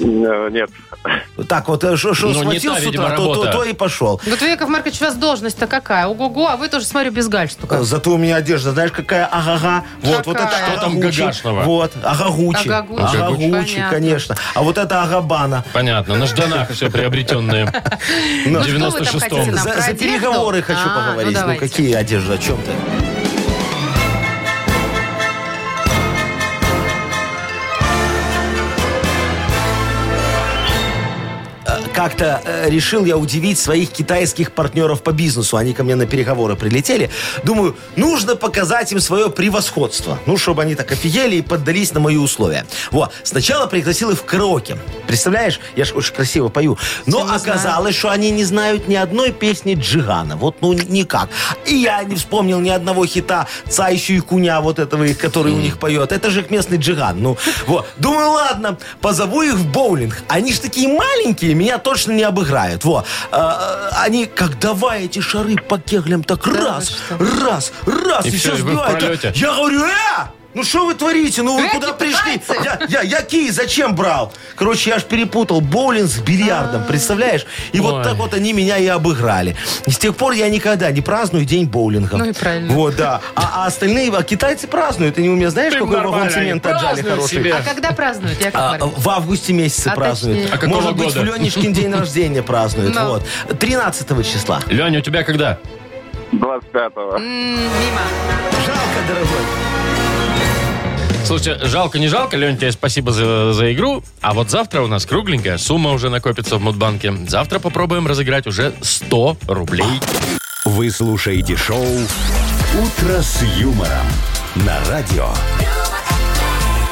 Speaker 6: э, Нет. [laughs]
Speaker 4: Так вот, э, шо- шо
Speaker 2: Ну, не
Speaker 4: схватил
Speaker 2: та,
Speaker 4: с
Speaker 2: видимо,
Speaker 4: утра, то, то,
Speaker 2: работа.
Speaker 4: то и пошел.
Speaker 3: Вот вы, Яков Маркович, у вас должность-то какая? Ого-го, а вы тоже, смотрю, без
Speaker 4: Э,
Speaker 3: гальштука.
Speaker 4: Зато у меня одежда, знаешь, какая агага. Вот, вот это
Speaker 3: Какая?
Speaker 2: Что там
Speaker 4: агагучи.
Speaker 2: гагашного?
Speaker 4: Вот, агагучи.
Speaker 3: Агагучи, понятно.
Speaker 4: конечно. А вот это агабана.
Speaker 2: Понятно, на Жданах все [laughs] приобретенное.
Speaker 4: Ну,
Speaker 2: В
Speaker 3: что вы там
Speaker 2: 96-м.
Speaker 3: хотите нам
Speaker 4: За,
Speaker 3: про
Speaker 4: за
Speaker 3: одежду?
Speaker 4: переговоры
Speaker 3: А,
Speaker 4: хочу
Speaker 3: ну
Speaker 4: поговорить. Ну,
Speaker 3: давайте.
Speaker 4: какие одежды, о чем ты? Э, Как-то э, решил я удивить своих китайских партнеров по бизнесу. Они ко мне на переговоры прилетели. Думаю, нужно показать им свое превосходство. Ну, чтобы они так офигели и поддались на мои условия. Вот. Сначала пригласил их в караоке. Представляешь, я же очень красиво пою. Но
Speaker 3: не знаю.
Speaker 4: оказалось, Оказалось, что они не знают ни одной песни Джигана. Вот, ну, никак. И я не вспомнил ни одного хита Цайщу и Куня, вот этого их, который у них поет. Это же их местный Джиган. Ну, вот. Думаю, ладно, позову их в боулинг. Они ж такие маленькие, меня точно не обыграют. Вот. они, как давай эти шары по кеглям, так раз, раз, раз,
Speaker 2: И
Speaker 4: и,
Speaker 2: всё,
Speaker 4: все
Speaker 2: и вы в
Speaker 4: сбивают.
Speaker 2: пролете.
Speaker 4: Я говорю, э! Ну что вы творите? Ну вы
Speaker 3: Э,
Speaker 4: куда пришли?
Speaker 3: китайцы!
Speaker 4: Я, я, я кий зачем брал? Короче, я аж перепутал боулинг с бильярдом, представляешь?
Speaker 2: Ой.
Speaker 4: И вот так вот они меня и обыграли. И с тех пор я никогда не праздную день боулинга.
Speaker 3: Ну и правильно.
Speaker 4: Вот, да. А, а остальные, а китайцы празднуют. Они у меня, знаешь,
Speaker 2: Ты
Speaker 4: какой вагон
Speaker 2: нормально,
Speaker 4: цемента
Speaker 2: они
Speaker 4: отжали
Speaker 2: празднуют
Speaker 4: хороший?
Speaker 2: себе.
Speaker 3: А когда празднуют, Яков
Speaker 4: А,
Speaker 3: Маркович?
Speaker 4: в августе месяце
Speaker 3: А
Speaker 4: празднуют.
Speaker 3: точнее?
Speaker 2: А какого
Speaker 4: Может быть,
Speaker 2: года?
Speaker 4: в
Speaker 2: [laughs]
Speaker 4: Ленечкин день рождения празднуют.
Speaker 3: Ну.
Speaker 4: Вот. 13 числа.
Speaker 2: Леня, у тебя когда?
Speaker 6: 25-го.
Speaker 3: М, Мимо.
Speaker 4: Жалко, дорогой.
Speaker 2: Слушайте, жалко, не жалко, Лень, тебе спасибо за, за игру. А вот завтра у нас кругленькая сумма уже накопится в Мудбанке. Завтра попробуем разыграть уже 100 рублей.
Speaker 1: Вы слушаете шоу «Утро с юмором» на радио.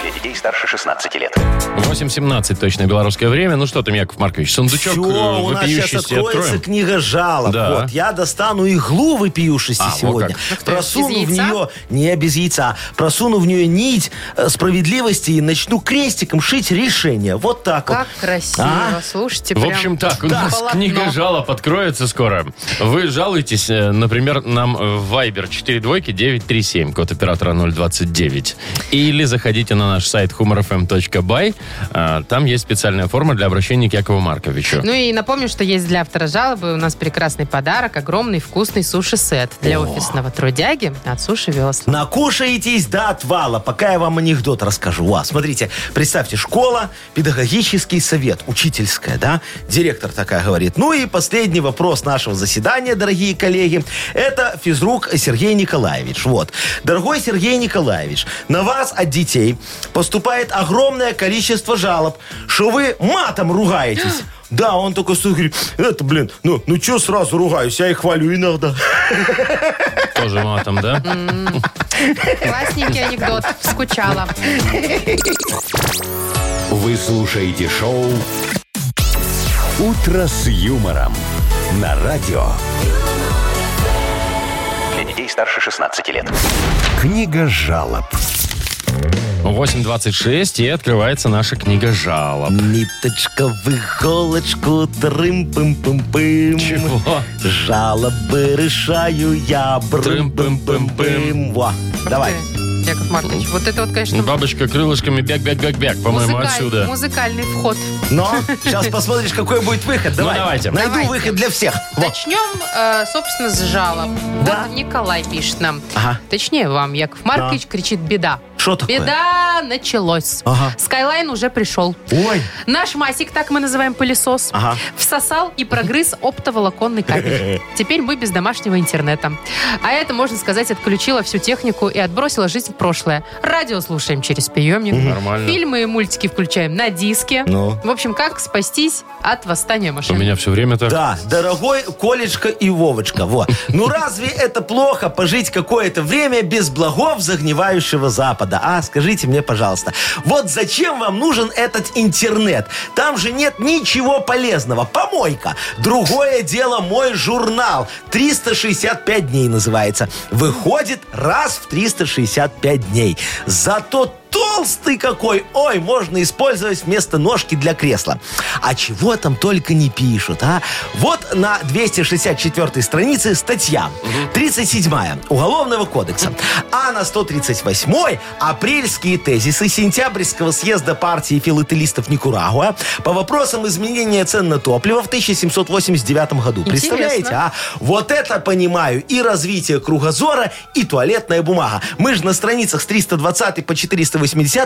Speaker 5: Для детей старше 16 лет.
Speaker 2: 8.17 точное белорусское время. Ну что там, Яков Маркович, сундучок
Speaker 4: Всё,
Speaker 2: э,
Speaker 4: у нас сейчас
Speaker 2: вопиющийся
Speaker 4: откроется
Speaker 2: откроем?
Speaker 4: книга жалоб.
Speaker 2: Да.
Speaker 4: Вот, я достану иглу вопиюшести
Speaker 2: А, вот
Speaker 4: сегодня.
Speaker 2: как.
Speaker 3: ты,
Speaker 4: просуну
Speaker 3: без
Speaker 4: в
Speaker 3: яйца?
Speaker 4: нее, не без яйца, просуну в нее нить э, справедливости и начну крестиком шить решение. Вот так
Speaker 3: Как
Speaker 4: вот.
Speaker 3: красиво,
Speaker 4: А?
Speaker 3: слушайте.
Speaker 2: В
Speaker 3: прям.
Speaker 2: общем, так, у нас
Speaker 3: полотно.
Speaker 2: книга жалоб откроется скоро. Вы жалуетесь, э, например, нам э, в Viber 42937, код оператора 029. Или заходите на наш сайт humorfm.by. э, Там есть специальная форма для обращения к Якову Марковичу.
Speaker 3: Ну и напомню, что есть для автора жалобы у нас прекрасный подарок, огромный вкусный суши-сет для офисного трудяги от Суши Весла.
Speaker 4: Накушаетесь до отвала, пока я вам анекдот расскажу. О, смотрите, представьте, школа, педагогический совет, учительская, да? Директор такая говорит. Ну и последний вопрос нашего заседания, дорогие коллеги. Это физрук Сергей Николаевич. Вот. Дорогой Сергей Николаевич, на вас от детей поступает огромное количество жалоб, что вы матом ругаетесь. Да, он такой стоит, говорит, это, блин, ну, ну чё сразу ругаюсь, я и хвалю иногда.
Speaker 2: Тоже матом, да?
Speaker 3: Классненький анекдот. Скучала.
Speaker 1: Вы слушаете шоу «Утро с юмором» на радио.
Speaker 5: Для детей старше 16 лет.
Speaker 1: Книга жалоб.
Speaker 2: 8.26, и открывается наша книга жалоб.
Speaker 4: Ниточка в иголочку, трым-пым-пым-пым.
Speaker 2: Чего?
Speaker 4: Жалобы решаю я,
Speaker 2: Трым-пым-пым-пым.
Speaker 4: брым-пым-пым-пым. Во, давай. Ну,
Speaker 3: Яков Маркович, вот это вот, конечно,
Speaker 2: Бабочка крылышками бяк-бяк-бяк-бяк, по-моему,
Speaker 3: музыкаль-
Speaker 2: отсюда.
Speaker 3: музыкальный вход.
Speaker 4: Но сейчас посмотришь, какой будет выход. Давай.
Speaker 2: Ну, давайте.
Speaker 4: Найду
Speaker 3: Давайте.
Speaker 4: выход для всех. Во.
Speaker 3: Начнем, э, собственно, с жалоб.
Speaker 4: Да.
Speaker 3: Вот Николай пишет нам.
Speaker 4: Ага.
Speaker 3: Точнее, вам, Яков Маркович, кричит «беда».
Speaker 4: Что такое?
Speaker 3: Беда началось.
Speaker 4: Ага.
Speaker 3: Скайлайн уже пришел.
Speaker 4: Ой.
Speaker 3: Наш Масик, так мы называем пылесос,
Speaker 4: Ага.
Speaker 3: всосал и прогрыз оптоволоконный кабель.
Speaker 4: [laughs]
Speaker 3: Теперь мы без домашнего интернета. А это, можно сказать, отключило всю технику и отбросило жизнь в прошлое. Радио слушаем через приемник.
Speaker 2: Нормально.
Speaker 3: Фильмы и мультики включаем на диске.
Speaker 4: Ну.
Speaker 3: В общем, как спастись от восстания
Speaker 2: У
Speaker 3: машин?
Speaker 2: меня все время так.
Speaker 4: Да, дорогой Колечка и Вовочка. Вот. Ну разве это плохо пожить какое-то время без благов загнивающего Запада? надо, а? Скажите мне, пожалуйста. Вот зачем вам нужен этот интернет? Там же нет ничего полезного. Помойка. Другое дело мой журнал. 365 дней называется. Выходит раз в 365 дней. Зато толстый какой! Ой, можно использовать вместо ножки для кресла. А чего там только не пишут, а? Вот на 264 странице статья. 37 Уголовного кодекса. А на 138 апрельские тезисы сентябрьского съезда партии филателистов Никурагуа по вопросам изменения цен на топливо в 1789 году. Представляете, а? Вот это понимаю. И развитие кругозора, и туалетная бумага. Мы же на страницах с 320 по 480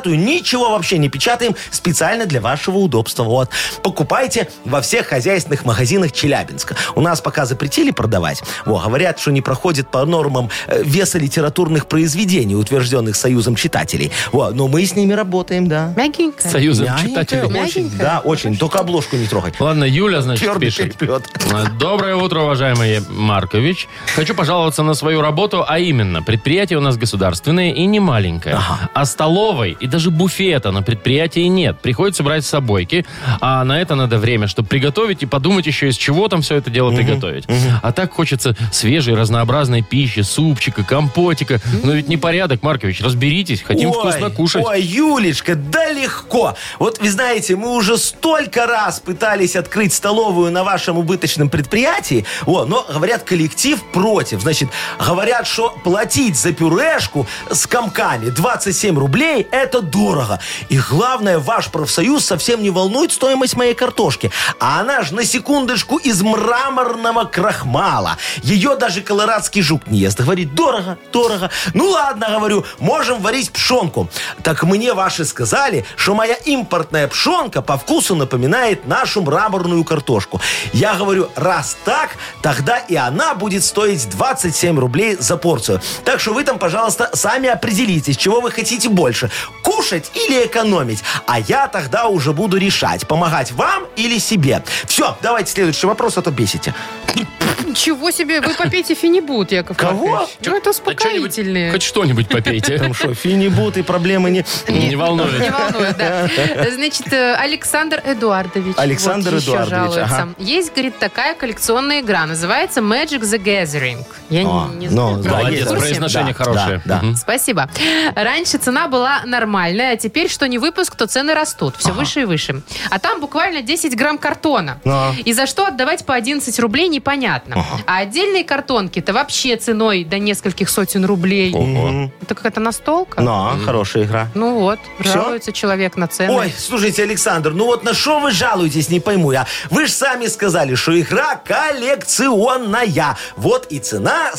Speaker 4: ничего вообще не печатаем специально для вашего удобства. Вот. Покупайте во всех хозяйственных магазинах Челябинска. У нас пока запретили продавать. Во, говорят, что не проходит по нормам э, веса литературных произведений, утвержденных Союзом читателей. Во, но мы с ними работаем, да.
Speaker 3: Мягенько.
Speaker 2: Союзом
Speaker 4: Мягенькая,
Speaker 2: читателей.
Speaker 4: Очень,
Speaker 3: Мягенькая.
Speaker 4: да, очень. Только обложку не трогать.
Speaker 2: Ладно, Юля, значит,
Speaker 4: Твердый
Speaker 2: пишет. Э,
Speaker 4: переплет.
Speaker 2: Доброе утро, уважаемый Маркович. Хочу пожаловаться на свою работу, а именно, предприятие у нас государственное и не маленькое. А столовой и даже буфета на предприятии нет. Приходится брать с собойки, а на это надо время, чтобы приготовить и подумать еще, из чего там все это дело приготовить. А так хочется свежей, разнообразной пищи, супчика, компотика. Но ведь непорядок, Маркович, разберитесь, хотим
Speaker 4: Ой,
Speaker 2: вкусно кушать.
Speaker 4: Ой, Юлечка, да легко. Вот вы знаете, мы уже столько раз пытались открыть столовую на вашем убыточном предприятии, о, но говорят, коллектив против. Значит, говорят, что платить за пюрешку с комками 27 рублей – это дорого. И главное, ваш профсоюз совсем не волнует стоимость моей картошки. А она же на секундочку из мраморного крахмала. Ее даже колорадский жук не ест. Говорит, дорого, дорого. Ну ладно, говорю, можем варить пшонку. Так мне ваши сказали, что моя импортная пшонка по вкусу напоминает нашу мраморную картошку. Я говорю, раз так, тогда и она будет стоить 27 рублей за порцию. Так что вы там, пожалуйста, сами определитесь, чего вы хотите больше. Кушать или экономить. А я тогда уже буду решать, помогать вам или себе. Все, давайте следующий вопрос, а то бесите.
Speaker 3: Ничего себе, вы попейте финибут, Яков
Speaker 4: Кого?
Speaker 3: Маркович. Ну, это
Speaker 2: А чё-нибудь-
Speaker 3: успокоительные.
Speaker 2: Хоть что-нибудь попейте.
Speaker 4: [laughs] Там что, финибут и проблемы не... [laughs]
Speaker 2: Не
Speaker 3: Не
Speaker 2: волнует.
Speaker 3: волнует, да. Значит, э, Александр Эдуардович.
Speaker 4: Александр
Speaker 3: вот еще
Speaker 4: Эдуардович,
Speaker 3: жалуется.
Speaker 4: ага.
Speaker 3: Есть, говорит, такая коллекционная игра. Называется Magic the Gathering. Я
Speaker 4: О,
Speaker 3: не, не
Speaker 4: ну,
Speaker 3: знаю. правда,
Speaker 4: да,
Speaker 3: не в
Speaker 2: Молодец,
Speaker 4: есть.
Speaker 3: курсе.
Speaker 2: произношение
Speaker 4: Да,
Speaker 2: хорошее.
Speaker 4: да, да.
Speaker 2: Мгм.
Speaker 3: Спасибо. Раньше цена была нормальная, а теперь, что не выпуск, то цены растут. Все выше и выше. А там буквально 10 грамм картона.
Speaker 4: Да.
Speaker 3: И за что отдавать по 11 рублей, непонятно. А отдельные картонки-то вообще ценой до нескольких сотен рублей.
Speaker 2: Ого.
Speaker 3: Это какая-то настолка?
Speaker 4: Но, хорошая игра.
Speaker 3: Ну вот,
Speaker 4: Ну, а? Всё?
Speaker 3: жалуется человек на цены.
Speaker 4: Ой, слушайте, Александр, ну вот на что вы жалуетесь, не пойму я. Вы же сами сказали, что игра коллекционная. Вот и цена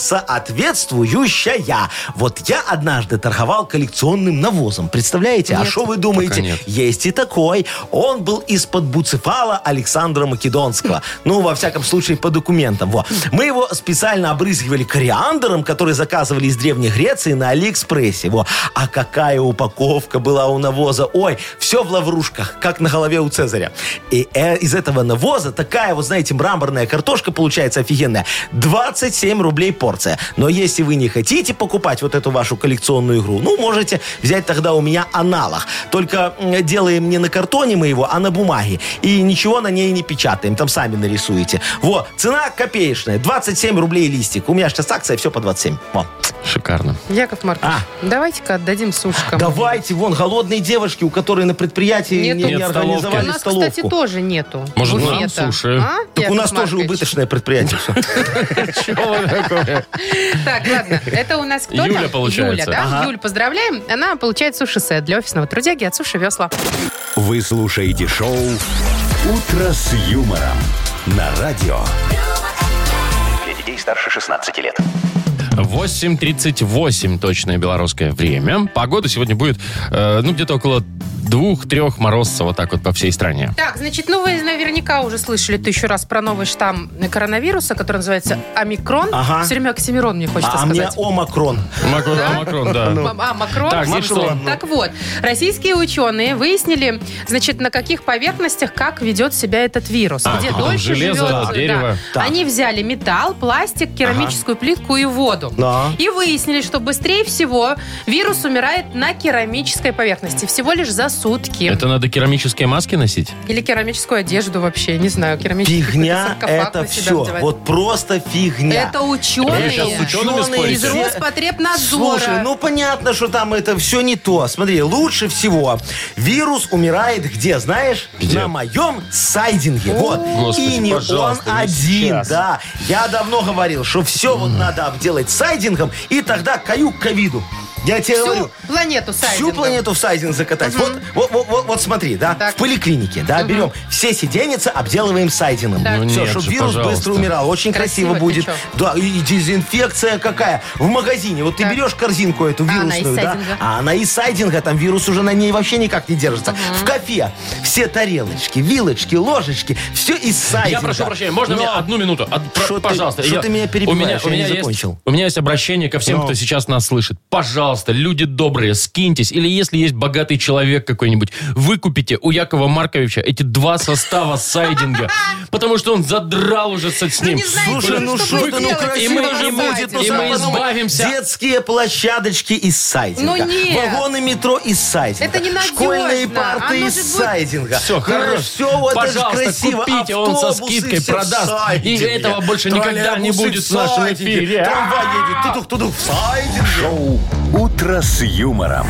Speaker 4: соответствующая. Вот я однажды торговал коллекционным навозом. Представляете? а что вы думаете?
Speaker 2: нет.
Speaker 4: Есть и такой. Он был из-под Буцефала Александра Македонского. Ну, во всяком случае, по документам. Во. Мы его специально обрызгивали кориандером, который заказывали из Древней Греции на Алиэкспрессе. Во. А какая упаковка была у навоза. Ой, все в лаврушках, как на голове у Цезаря. И э, из этого навоза такая, вот знаете, мраморная картошка получается офигенная. 27 рублей порция. Но если вы не хотите покупать вот эту вашу коллекционную игру, ну, можете взять тогда у меня аналог. Только м, делаем не на картоне мы его, а на бумаге. И ничего на ней не печатаем. Там сами нарисуете. Вот. Цена копеечная. 27 рублей листик. У меня сейчас акция, все по 27. Во.
Speaker 2: Шикарно.
Speaker 3: Яков Маркович,
Speaker 4: А.
Speaker 3: давайте-ка отдадим сушкам.
Speaker 4: Давайте, вон, голодные девушки, у которой на предприятии не,
Speaker 3: Нету.
Speaker 4: не
Speaker 2: Нет
Speaker 3: У
Speaker 4: организовали
Speaker 2: столовки.
Speaker 3: нас,
Speaker 4: столовку.
Speaker 3: кстати, тоже нету.
Speaker 2: Может, нам
Speaker 3: буфета.
Speaker 2: суши?
Speaker 3: А,
Speaker 4: так у
Speaker 3: Яков
Speaker 4: нас тоже
Speaker 3: Маркович?
Speaker 4: убыточное предприятие. всё.
Speaker 3: [laughs] Так, ладно. Это у нас кто там?
Speaker 2: Юля, получается.
Speaker 3: Юля, да? Юль, поздравляем. Она получает суши-сет для офисного трудяги от Суши Весла.
Speaker 1: Вы слушаете шоу «Утро с юмором» на радио.
Speaker 5: Для детей старше 16 лет.
Speaker 2: 8.38 точное белорусское время. Погода сегодня будет, э, ну, где-то около двух-трех морозцев вот так вот по всей стране.
Speaker 3: Так, значит, ну вы наверняка уже слышали тысячу раз про новый штамм коронавируса, который называется омикрон.
Speaker 4: Ага.
Speaker 3: Все время Оксимирон мне хочется
Speaker 4: А мне
Speaker 3: сказать.
Speaker 4: Омакрон.
Speaker 2: Макрон, а Макрон, да.
Speaker 3: М- А, Макрон.
Speaker 2: Так,
Speaker 3: Макрон.
Speaker 2: значит, ладно.
Speaker 3: Так вот, российские ученые выяснили, значит, на каких поверхностях как ведет себя этот вирус.
Speaker 2: А,
Speaker 3: где
Speaker 2: какие там
Speaker 3: дольше
Speaker 2: железо,
Speaker 3: живет. да.
Speaker 2: дерево.
Speaker 4: Так.
Speaker 3: Они взяли металл, пластик, керамическую плитку и воду.
Speaker 4: Да.
Speaker 3: И выяснили, что быстрее всего вирус умирает на керамической поверхности. Всего лишь за сутки.
Speaker 2: Это надо керамические маски носить?
Speaker 3: Или керамическую одежду вообще, не знаю, керамический
Speaker 4: Фигня
Speaker 3: какой-то саркофаг
Speaker 4: это
Speaker 3: на себя
Speaker 4: все.
Speaker 3: надевать.
Speaker 4: Вот просто фигня.
Speaker 3: Это ученые.
Speaker 2: Вы сейчас с учеными
Speaker 4: Ученые
Speaker 2: спорите?
Speaker 3: из
Speaker 4: все-
Speaker 3: Роспотребнадзора.
Speaker 4: Слушай, ну понятно, что там это все не то. Смотри, лучше всего вирус умирает где, знаешь?
Speaker 2: Где?
Speaker 4: На моем сайдинге. вот.
Speaker 2: Господи,
Speaker 4: И не он
Speaker 2: пожалуйста, ну
Speaker 4: один,
Speaker 2: сейчас.
Speaker 4: да. Я давно говорил, что все вот надо обделать сайдингом, и тогда каюк ковиду. Я тебе
Speaker 3: Всю
Speaker 4: говорю.
Speaker 3: планету сайдингом.
Speaker 4: Всю планету в сайдинг закатать. Вот, вот, вот, вот, вот смотри, да,
Speaker 3: Так.
Speaker 4: в поликлинике, да, берем все сиденьицы, обделываем сайдингом.
Speaker 3: Так. Ну
Speaker 4: Все,
Speaker 2: нет
Speaker 4: чтобы
Speaker 2: же,
Speaker 4: вирус
Speaker 2: пожалуйста.
Speaker 4: быстро умирал. Очень красиво,
Speaker 3: Красиво,
Speaker 4: будет.
Speaker 3: ты
Speaker 4: Да, и, и дезинфекция какая. В магазине, вот
Speaker 3: Так.
Speaker 4: ты берешь корзинку эту
Speaker 3: А, она из
Speaker 4: вирусную, да,
Speaker 3: сайдинга.
Speaker 4: а она из сайдинга, там вирус уже на ней вообще никак не держится. В кафе все тарелочки, вилочки, ложечки, все из сайдинга.
Speaker 2: А, Я прошу прощения, можно
Speaker 4: Но
Speaker 2: мне одну минуту? От- про-
Speaker 4: Что ты-
Speaker 2: пожалуйста.
Speaker 4: что
Speaker 2: я-
Speaker 4: ты меня
Speaker 2: У меня,
Speaker 4: перебиваешь?
Speaker 2: у
Speaker 4: Я
Speaker 2: меня
Speaker 4: не
Speaker 2: есть,
Speaker 4: закончил. Ну.
Speaker 2: У меня есть обращение ко всем,
Speaker 4: Но.
Speaker 2: кто сейчас нас слышит. Пожалуйста, люди добрые, скиньтесь. Или если есть богатый человек какой-нибудь, выкупите у Якова Марковича эти два состава сайдинга. Потому что он задрал уже с с
Speaker 3: Ну,
Speaker 2: ним.
Speaker 3: не знаю,
Speaker 4: Слушай,
Speaker 3: Ой,
Speaker 4: ну
Speaker 3: что
Speaker 4: что
Speaker 3: вы
Speaker 4: ты, ну
Speaker 3: делаете?
Speaker 2: И мы, и
Speaker 4: красиво же
Speaker 2: мы-
Speaker 4: будет. ну
Speaker 2: и
Speaker 4: сам
Speaker 2: мы
Speaker 4: подумай.
Speaker 2: избавимся.
Speaker 4: Детские площадочки из сайдинга.
Speaker 3: Ну нет.
Speaker 4: Вагоны метро из сайдинга.
Speaker 3: Это ненадежно.
Speaker 4: Школьные
Speaker 3: Оно
Speaker 4: парты
Speaker 3: же
Speaker 4: из
Speaker 3: будет-
Speaker 4: сайдинга.
Speaker 2: Все,
Speaker 4: Ну,
Speaker 2: хорош.
Speaker 4: Все вот это же
Speaker 2: Пожалуйста,
Speaker 4: красиво.
Speaker 2: купите, он со
Speaker 4: Автобусы
Speaker 2: скидкой
Speaker 4: все в
Speaker 2: продаст.
Speaker 4: сайдинге.
Speaker 2: И этого больше никогда не
Speaker 4: Троллейбусы
Speaker 2: будет в нашем
Speaker 4: сайдинге.
Speaker 2: эфире.
Speaker 4: Трамвай едет, тудух-тудух, в сайдинге.
Speaker 1: Шоу «Утро с юмором».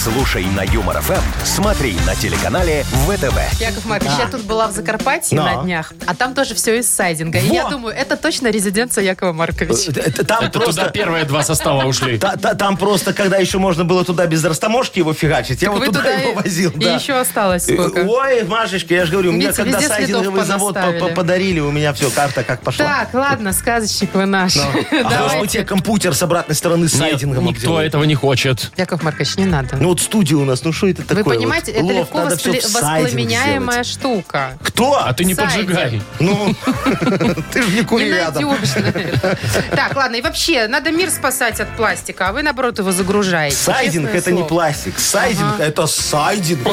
Speaker 1: Слушай на Юмор ФМ, смотри на телеканале ВТВ.
Speaker 3: Яков Маркович, я тут была в Закарпатье
Speaker 4: Да.
Speaker 3: на днях, а там тоже все из сайдинга. И я
Speaker 4: Во!
Speaker 3: думаю, это точно резиденция Якова Марковича.
Speaker 4: Э, э, Там
Speaker 2: Это туда
Speaker 4: просто...
Speaker 2: первые два
Speaker 4: [laughs]
Speaker 2: состава ушли.
Speaker 4: та- та- там просто, когда еще можно было туда без растаможки его фигачить, я
Speaker 3: Вы
Speaker 4: вот туда,
Speaker 3: и-
Speaker 4: его возил.
Speaker 3: и
Speaker 4: да. Э,
Speaker 3: еще осталось сколько.
Speaker 4: Ой, Машечка, я же говорю, у меня
Speaker 3: Видите,
Speaker 4: когда
Speaker 3: везде цветов
Speaker 4: сайдинговый завод по-
Speaker 3: понаставили.
Speaker 4: по- подарили, у меня все, карта как пошла.
Speaker 3: Так, ладно, сказочник вы наш.
Speaker 4: А может быть,
Speaker 3: [laughs] Давайте.
Speaker 4: тебе компьютер с обратной стороны с
Speaker 2: Нет,
Speaker 4: сайдингом
Speaker 2: никто
Speaker 4: обделать?
Speaker 2: этого не хочет.
Speaker 3: Яков Маркович, не надо.
Speaker 4: Ну вот студия у нас, ну что это такое?
Speaker 3: Вы понимаете,
Speaker 4: Вот
Speaker 3: это
Speaker 4: лофт,
Speaker 3: легко
Speaker 4: надо всё в
Speaker 3: воспли-
Speaker 4: сайдинг
Speaker 3: воспламеняемая
Speaker 4: сделать.
Speaker 3: штука.
Speaker 4: Кто?
Speaker 2: А ты не
Speaker 3: Сайдинг.
Speaker 2: поджигай.
Speaker 4: Ну, [laughs] ты же не кури
Speaker 3: Не
Speaker 4: Ну, рядом.
Speaker 3: найдешь, наверное. Так, ладно, и вообще, надо мир спасать от пластика, а вы, наоборот, его загружаете.
Speaker 4: Сайдинг
Speaker 3: Честное
Speaker 4: это не
Speaker 3: слово.
Speaker 4: пластик. Сайдинг это сайдинг.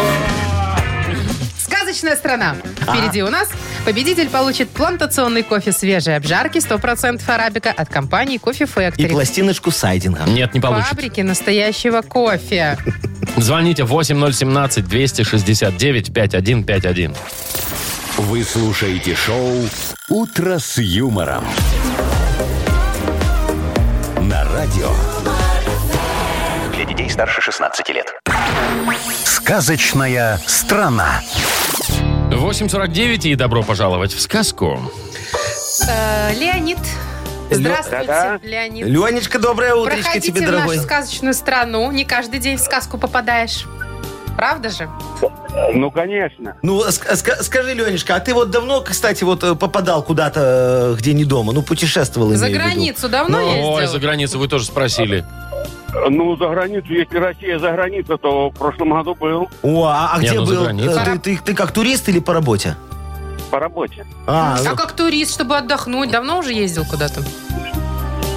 Speaker 3: Сказочная страна.
Speaker 4: А.
Speaker 3: Впереди у нас победитель получит плантационный кофе свежей обжарки 100% арабика от компании Кофе
Speaker 4: И
Speaker 3: Factory.
Speaker 4: пластиночку сайдинга.
Speaker 2: Нет, не получится.
Speaker 3: Фабрики настоящего
Speaker 4: [laughs]
Speaker 3: кофе.
Speaker 2: Звоните 8017-269-5151.
Speaker 1: Вы слушаете шоу «Утро с юмором». На радио
Speaker 5: Для детей старше 16 лет.
Speaker 1: «Сказочная страна».
Speaker 2: 8.49 и добро пожаловать в сказку.
Speaker 3: Э, Леонид. Здравствуйте,
Speaker 6: Да-да.
Speaker 3: Леонид.
Speaker 4: Ленечка, доброе утречко
Speaker 3: Проходите
Speaker 4: тебе,
Speaker 3: в нашу
Speaker 4: дорогой.
Speaker 3: сказочную страну. Не каждый день в сказку попадаешь. Правда же?
Speaker 6: Ну, конечно.
Speaker 4: Ну, ск- ск- скажи, Ленечка, а ты вот давно, кстати, вот э, попадал куда-то, э, где не дома, ну, путешествовал,
Speaker 3: За
Speaker 4: имею в виду.
Speaker 3: границу
Speaker 4: Ну,
Speaker 3: давно
Speaker 2: Ну, Ой, за
Speaker 3: ездил?
Speaker 2: границу вы тоже спросили.
Speaker 6: Ну, за границу, если Россия за границу, то в прошлом году был
Speaker 4: О, а, а
Speaker 2: Не,
Speaker 4: где
Speaker 2: ну, за
Speaker 4: был?
Speaker 2: границей.
Speaker 4: Э, Ты, ты- ты как турист или по работе?
Speaker 6: по работе.
Speaker 4: А,
Speaker 3: А
Speaker 4: ну,
Speaker 3: как турист, чтобы отдохнуть? Давно уже ездил куда-то?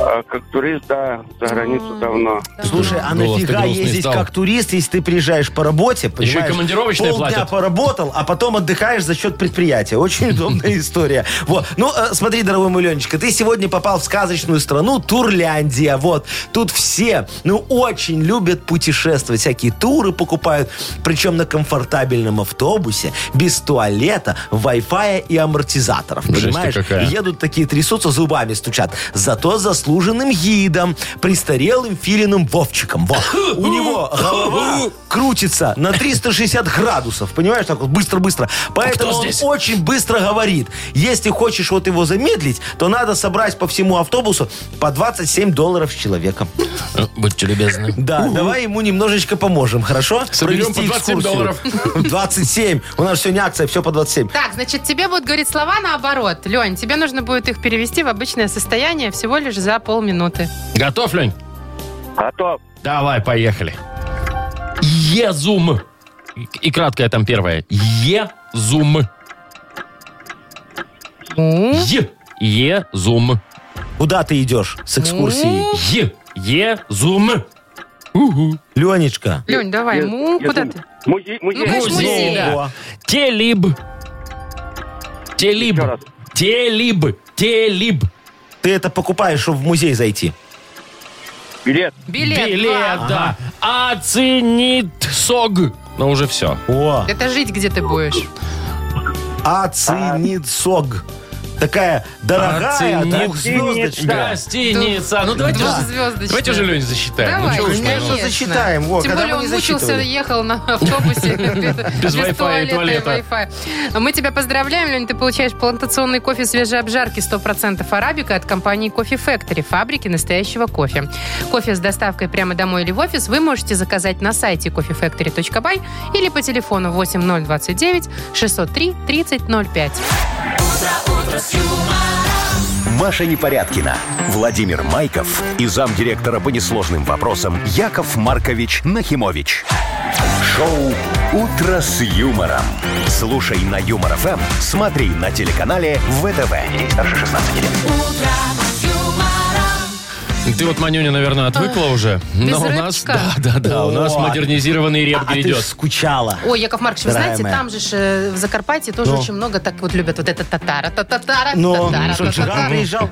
Speaker 6: А Как турист, да, за границу давно.
Speaker 4: слушай, а
Speaker 2: Голос ты
Speaker 4: нафига
Speaker 2: грустный
Speaker 4: ездить
Speaker 2: стал.
Speaker 4: как турист, если ты приезжаешь по работе, понимаешь?
Speaker 2: командировочные
Speaker 4: полдня
Speaker 2: платят.
Speaker 4: поработал, а потом отдыхаешь за счет
Speaker 2: [laughs]
Speaker 4: предприятия. Очень удобная история. Вот. Ну, э, смотри, дорогой мой Ленечка, ты сегодня попал в сказочную страну Турляндия. Вот. Тут все, ну, очень любят путешествовать. Всякие туры покупают, причем на комфортабельном автобусе, без туалета, Wi-Fi и амортизаторов.
Speaker 2: Жесть-то
Speaker 4: Понимаешь?
Speaker 2: какая.
Speaker 4: Едут такие, трясутся, зубами стучат. Зато заслуженным гидом, престарелым филиным Вовчиком. Во. У него голова крутится на 360 градусов. Понимаешь, так вот быстро-быстро. Поэтому
Speaker 2: кто
Speaker 4: он
Speaker 2: здесь?
Speaker 4: очень быстро говорит. Если хочешь вот его замедлить, то надо собрать по всему автобусу по 27 долларов с человеком.
Speaker 2: Э, Будьте любезны.
Speaker 4: Да, давай ему немножечко поможем, хорошо?
Speaker 2: Соберем по 27 долларов.
Speaker 4: [laughs] 27. У нас сегодня акция, все по 27.
Speaker 3: Так, значит, тебе будут говорить слова наоборот. Лень, тебе нужно будет их перевести в обычное состояние всего лишь за полминуты.
Speaker 2: Готов, Лень?
Speaker 6: Готов.
Speaker 2: Давай, поехали. Езум. И- И краткое там первое. Езум.
Speaker 3: Ну,
Speaker 2: Е. Езум.
Speaker 4: Куда ты идешь с экскурсией?
Speaker 2: Е. Езум.
Speaker 4: Ленечка.
Speaker 3: Лень, давай, му, куда ты?
Speaker 6: Музей, музей.
Speaker 3: Ну, конечно,
Speaker 2: Музей.
Speaker 3: музей. да.
Speaker 4: Ого.
Speaker 2: Телиб. Телиб.
Speaker 6: Еще раз.
Speaker 2: Телиб. Телиб.
Speaker 4: Ты это покупаешь, чтобы в музей зайти.
Speaker 6: Билет.
Speaker 3: Билет. два.
Speaker 2: да. Оценит сог. Ну, уже все.
Speaker 4: О,
Speaker 3: Это жить где ты будешь.
Speaker 4: ацинидсог. Такая дорогая, А
Speaker 2: Оценит-
Speaker 4: двухзвездочная.
Speaker 2: Гостиница. Ну, давайте
Speaker 3: Два
Speaker 2: уже...
Speaker 3: звездочка.
Speaker 2: Давайте уже, Лень, засчитаем. Ну,
Speaker 3: Давай,
Speaker 2: чё уж мы.
Speaker 3: конечно.
Speaker 4: засчитаем. Во,
Speaker 3: Тем
Speaker 4: когда
Speaker 3: более
Speaker 4: мы
Speaker 3: он
Speaker 4: не
Speaker 3: мучился,
Speaker 4: засчитывали.
Speaker 3: ехал на
Speaker 2: [laughs]
Speaker 3: автобусе без
Speaker 2: Wi-Fi и туалета.
Speaker 3: Wi-Fi. Мы тебя поздравляем, Лень, ты получаешь плантационный кофе свежей обжарки 100% арабика от компании Coffee Factory, фабрики настоящего кофе. Кофе с доставкой прямо домой или в офис вы можете заказать на сайте coffeefactory.by или по телефону 8029 603 3005.
Speaker 1: Маша Непорядкина, Владимир Майков и замдиректора по несложным вопросам Яков Маркович Нахимович. Шоу «Утро с юмором». Слушай на Юмор ФМ, смотри на телеканале ВТВ. Здесь старше 16 лет.
Speaker 2: Ты вот, Манюня, наверное, отвыкла уже. Но у нас...
Speaker 3: рыбчика?
Speaker 2: Да, да, да. У нас
Speaker 4: О.
Speaker 2: модернизированный реп
Speaker 4: А ты ж
Speaker 2: грядет.
Speaker 4: скучала.
Speaker 3: Ой, Яков Маркович, вы
Speaker 4: Дорогая
Speaker 3: знаете,
Speaker 4: моя.
Speaker 3: там же ж, э, в Закарпатье тоже
Speaker 4: Ну.
Speaker 3: очень много так вот любят вот это татара, та татара,
Speaker 4: Но
Speaker 3: татара,
Speaker 4: что, Джиган
Speaker 3: татара.
Speaker 4: приезжал?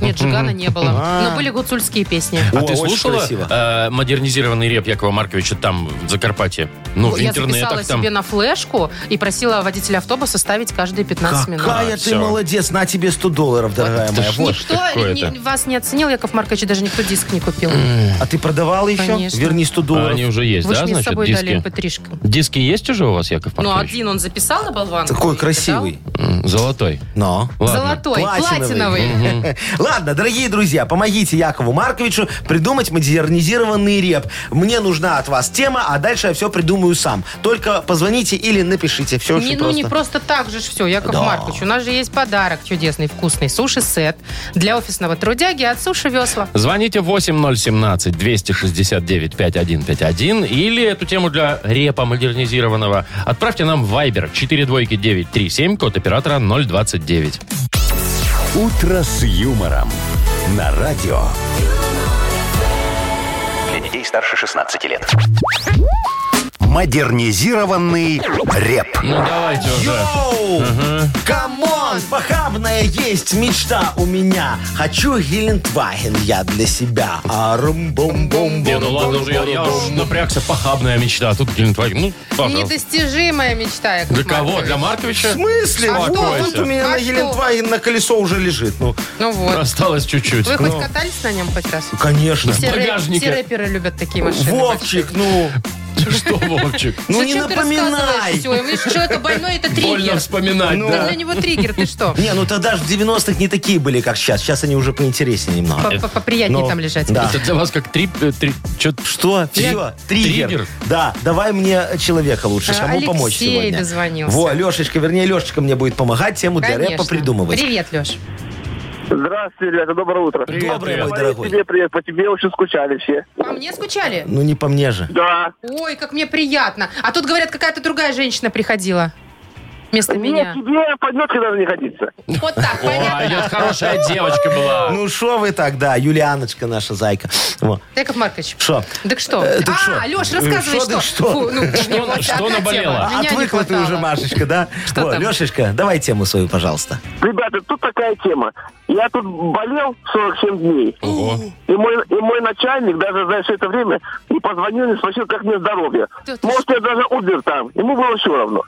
Speaker 3: Нет, Джигана не было.
Speaker 4: А.
Speaker 3: Но были гуцульские песни.
Speaker 2: А
Speaker 4: О,
Speaker 2: ты
Speaker 4: очень
Speaker 2: слушала
Speaker 4: красиво.
Speaker 2: э, модернизированный реп Якова Марковича там, в Закарпатье? Ну, в
Speaker 3: Я записала
Speaker 2: интернетах там.
Speaker 3: себе на флешку и просила водителя автобуса ставить каждые 15 минут.
Speaker 4: Какая ты
Speaker 2: всё.
Speaker 4: молодец, на тебе 100 долларов, дорогая моя. Вот.
Speaker 3: Никто
Speaker 2: какое
Speaker 3: не-
Speaker 2: это.
Speaker 3: вас не оценил, Яков Маркович, даже никто диск не купил.
Speaker 4: А ты продавала еще?
Speaker 3: Конечно.
Speaker 4: Верни 100
Speaker 2: А
Speaker 4: долларов.
Speaker 2: они уже есть,
Speaker 3: Вы же
Speaker 2: да,
Speaker 3: мне с
Speaker 2: значит,
Speaker 3: собой дали
Speaker 2: диски?
Speaker 3: mp
Speaker 2: Диски есть уже у вас, Яков
Speaker 3: Ну,
Speaker 2: Маркович?
Speaker 3: один он записал на болванку.
Speaker 4: Такой
Speaker 3: и
Speaker 4: красивый.
Speaker 3: кидал.
Speaker 2: М, Золотой.
Speaker 4: Но.
Speaker 2: Ладно.
Speaker 3: Золотой,
Speaker 4: Платиновый.
Speaker 3: платиновый.
Speaker 4: Ладно, дорогие друзья, помогите Якову Марковичу придумать модернизированный реп. Мне нужна от вас тема, а дальше я все придумаю сам. Только позвоните или напишите. Все
Speaker 3: Не,
Speaker 4: очень
Speaker 3: ну, не просто
Speaker 4: просто.
Speaker 3: так же ж все, Яков
Speaker 4: Да.
Speaker 3: Маркович. У нас же есть подарок чудесный, вкусный. Суши-сет для офисного трудяги от Суши Весла.
Speaker 2: Звоните 8017-269-5151 или эту тему для репа модернизированного отправьте нам в Viber 42937, код оператора 029.
Speaker 1: «Утро с юмором» на радио.
Speaker 5: Для детей старше 16 лет.
Speaker 1: Модернизированный реп.
Speaker 2: Ну давайте уже.
Speaker 4: Йоу! Камон! Похабная есть мечта у меня. Хочу Гелендваген я для себя. арум бум бум
Speaker 2: Не, ну ладно, уже я, я уж напрягся, похабная мечта. а Тут Гелендваген, ну, пожалуйста.
Speaker 3: Недостижимая мечта, Яков
Speaker 2: Для кого?
Speaker 3: Маркович.
Speaker 2: Для Марковича?
Speaker 4: В смысле?
Speaker 2: А
Speaker 4: Вот,
Speaker 2: что?
Speaker 4: вот у меня
Speaker 3: А
Speaker 4: на
Speaker 3: что?
Speaker 4: Гелендваген на колесо уже лежит. Ну,
Speaker 3: Ну вот.
Speaker 2: Осталось чуть-чуть. Ну,
Speaker 3: Вы хоть катались на нем хоть раз?
Speaker 4: конечно.
Speaker 3: Все, рэ-
Speaker 2: багажнике.
Speaker 3: все рэперы любят такие машины.
Speaker 4: Вовчик, ну,
Speaker 2: Что, Вовчик?
Speaker 4: ну не напоминай.
Speaker 3: Все, видишь, что это больной, это
Speaker 2: Больно
Speaker 3: триггер. Ну,
Speaker 2: вспоминать,
Speaker 3: Это
Speaker 2: да?
Speaker 3: для него триггер, ты что?
Speaker 4: Не, ну тогда же в 90-х не такие были, как сейчас. Сейчас они уже поинтереснее немного.
Speaker 3: По- по- Поприятнее
Speaker 4: Ну,
Speaker 3: там лежать.
Speaker 4: да.
Speaker 2: Это для вас как три... э, три чё-
Speaker 4: Что? Все, триггер.
Speaker 2: триггер?
Speaker 4: Да, давай мне человека лучше,
Speaker 3: А,
Speaker 4: кому помочь
Speaker 3: Алексей
Speaker 4: сегодня.
Speaker 3: дозвонился.
Speaker 4: Во, Лешечка, вернее, Лешечка мне будет помогать тему для
Speaker 3: Конечно.
Speaker 4: рэпа придумывать.
Speaker 3: Привет, Леш.
Speaker 6: Здравствуйте, ребята, доброе утро.
Speaker 2: Привет,
Speaker 4: Добрый
Speaker 2: привет.
Speaker 4: мой дорогой.
Speaker 6: Тебе привет, по тебе очень скучали все.
Speaker 3: По мне скучали?
Speaker 4: Ну не по мне же.
Speaker 6: Да.
Speaker 3: Ой, как мне приятно. А тут, говорят, какая-то другая женщина приходила. Вместо
Speaker 6: Нет,
Speaker 3: меня.
Speaker 6: тебе подметки даже не годится.
Speaker 3: Вот так,
Speaker 2: О,
Speaker 3: понятно.
Speaker 2: идет хорошая девочка была.
Speaker 4: Ну шо вы тогда, Юлианочка наша зайка. Во.
Speaker 3: Яков Маркович.
Speaker 4: Шо?
Speaker 3: Так что?
Speaker 4: Э, так
Speaker 3: а,
Speaker 4: что?
Speaker 3: Леш, рассказывай,
Speaker 4: Э, шо
Speaker 3: что.
Speaker 4: так что?
Speaker 3: Фу, ну, мне вот
Speaker 2: что
Speaker 3: одна
Speaker 2: наболело?
Speaker 3: тема. Меня не
Speaker 4: Отвыкла ты
Speaker 3: хватало.
Speaker 4: уже, Машечка, да?
Speaker 3: Что там?
Speaker 4: Лешечка, давай тему свою, пожалуйста.
Speaker 6: Ребята, тут такая тема. Я тут болел 47 дней.
Speaker 2: Ого.
Speaker 6: И мой, и мой начальник даже за все это время не позвонил, не спросил, как мне здоровье.
Speaker 3: Да ты
Speaker 6: Может, я даже умер там. Ему было все равно.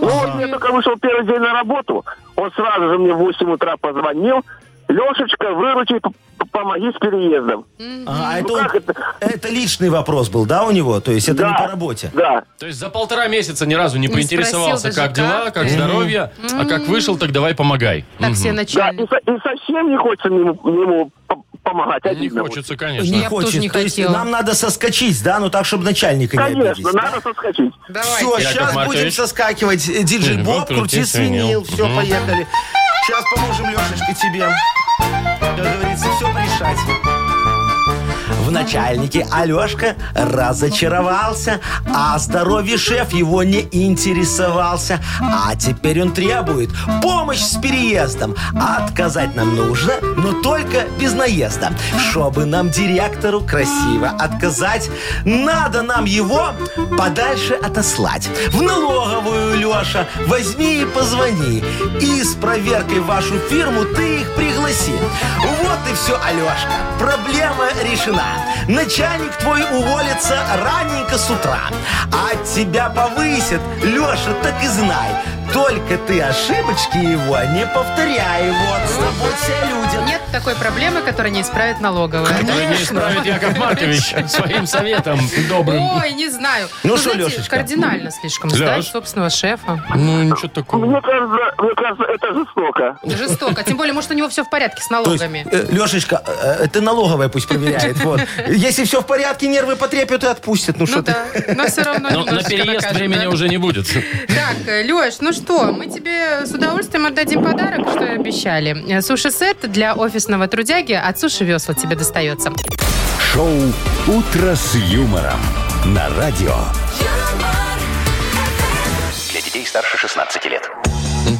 Speaker 6: Ну, вот я только вышел первый день на работу, он сразу же мне в 8 утра позвонил. Лешечка, выручи, п- п- помоги с переездом.
Speaker 4: А,
Speaker 6: Ну,
Speaker 4: это, он-
Speaker 6: как это?
Speaker 4: это личный вопрос был, да, у него? То есть это
Speaker 6: Да.
Speaker 4: не по работе.
Speaker 6: Да.
Speaker 2: То есть за полтора месяца ни разу не, поинтересовался,
Speaker 3: спросил
Speaker 2: как
Speaker 3: даже,
Speaker 2: дела,
Speaker 3: как
Speaker 2: как
Speaker 3: ты.
Speaker 2: здоровье, а как вышел, так давай помогай.
Speaker 3: Так все
Speaker 6: Да, и,
Speaker 4: ну,
Speaker 3: начальники.
Speaker 6: со- и совсем не хочется ему, ему по- помогать.
Speaker 2: Не
Speaker 6: обидно
Speaker 2: хочется,
Speaker 3: Я
Speaker 2: конечно.
Speaker 3: бы тоже не
Speaker 4: То есть
Speaker 3: хотела.
Speaker 4: нам надо соскочить, да, ну так, чтобы начальника
Speaker 6: очень.
Speaker 4: не обидеть.
Speaker 6: Конечно,
Speaker 4: да?
Speaker 6: надо соскочить.
Speaker 3: Давай.
Speaker 4: Все,
Speaker 2: Яков
Speaker 4: сейчас
Speaker 2: Маркович.
Speaker 4: будем соскакивать. Э, Диджей
Speaker 2: Мгм.
Speaker 4: Боб, крути свинил. Все,
Speaker 2: Мгм.
Speaker 4: поехали. Сейчас поможем, Лешечка, тебе. Как говорится, все порешать. В начальнике Алешка разочаровался, а здоровье шеф его не интересовался. А теперь он требует помощь с переездом. А отказать нам нужно, но только без наезда. Чтобы нам директору красиво отказать, надо нам его подальше отослать. В налоговую, Леша, возьми и позвони. И с проверкой в вашу фирму ты их пригласи. Вот и все, Алешка. Проблема решена. Начальник твой уволится раненько с утра. А тебя повысят, Леша, так и знай. Только ты ошибочки его не повторяй. Вот с тобой все люди.
Speaker 3: Нет такой проблемы, которую не исправит налоговая.
Speaker 2: Который не исправит Яков Маркович своим советом добрым.
Speaker 3: Ой, не знаю.
Speaker 4: Ну что,
Speaker 3: знаете,
Speaker 4: Лешечка?
Speaker 3: Кардинально слишком
Speaker 2: Леш.
Speaker 3: сдать собственного шефа.
Speaker 2: Ну, ничего такого.
Speaker 6: Мне кажется, мне кажется, это жестоко.
Speaker 3: Жестоко. Тем более, может, у него все в порядке с
Speaker 4: То есть,
Speaker 3: налогами.
Speaker 4: э, Лешечка, э, ты налоговая пусть проверяет.
Speaker 3: [laughs]
Speaker 4: Вот. Если все в порядке, нервы потрепят и отпустят. Ну что
Speaker 3: Ну
Speaker 4: ты?
Speaker 3: да, но все равно
Speaker 2: Но на
Speaker 3: немножечко
Speaker 2: переезд
Speaker 3: накажет,
Speaker 2: времени
Speaker 3: да?
Speaker 2: уже не будет.
Speaker 3: Так, э, Леш, ну что, мы тебе с удовольствием отдадим подарок, что и обещали. Э, Суши-сет для офисного трудяги от Суши Весла тебе достается.
Speaker 1: Шоу «Утро с юмором» на радио.
Speaker 5: Для детей старше 16 лет.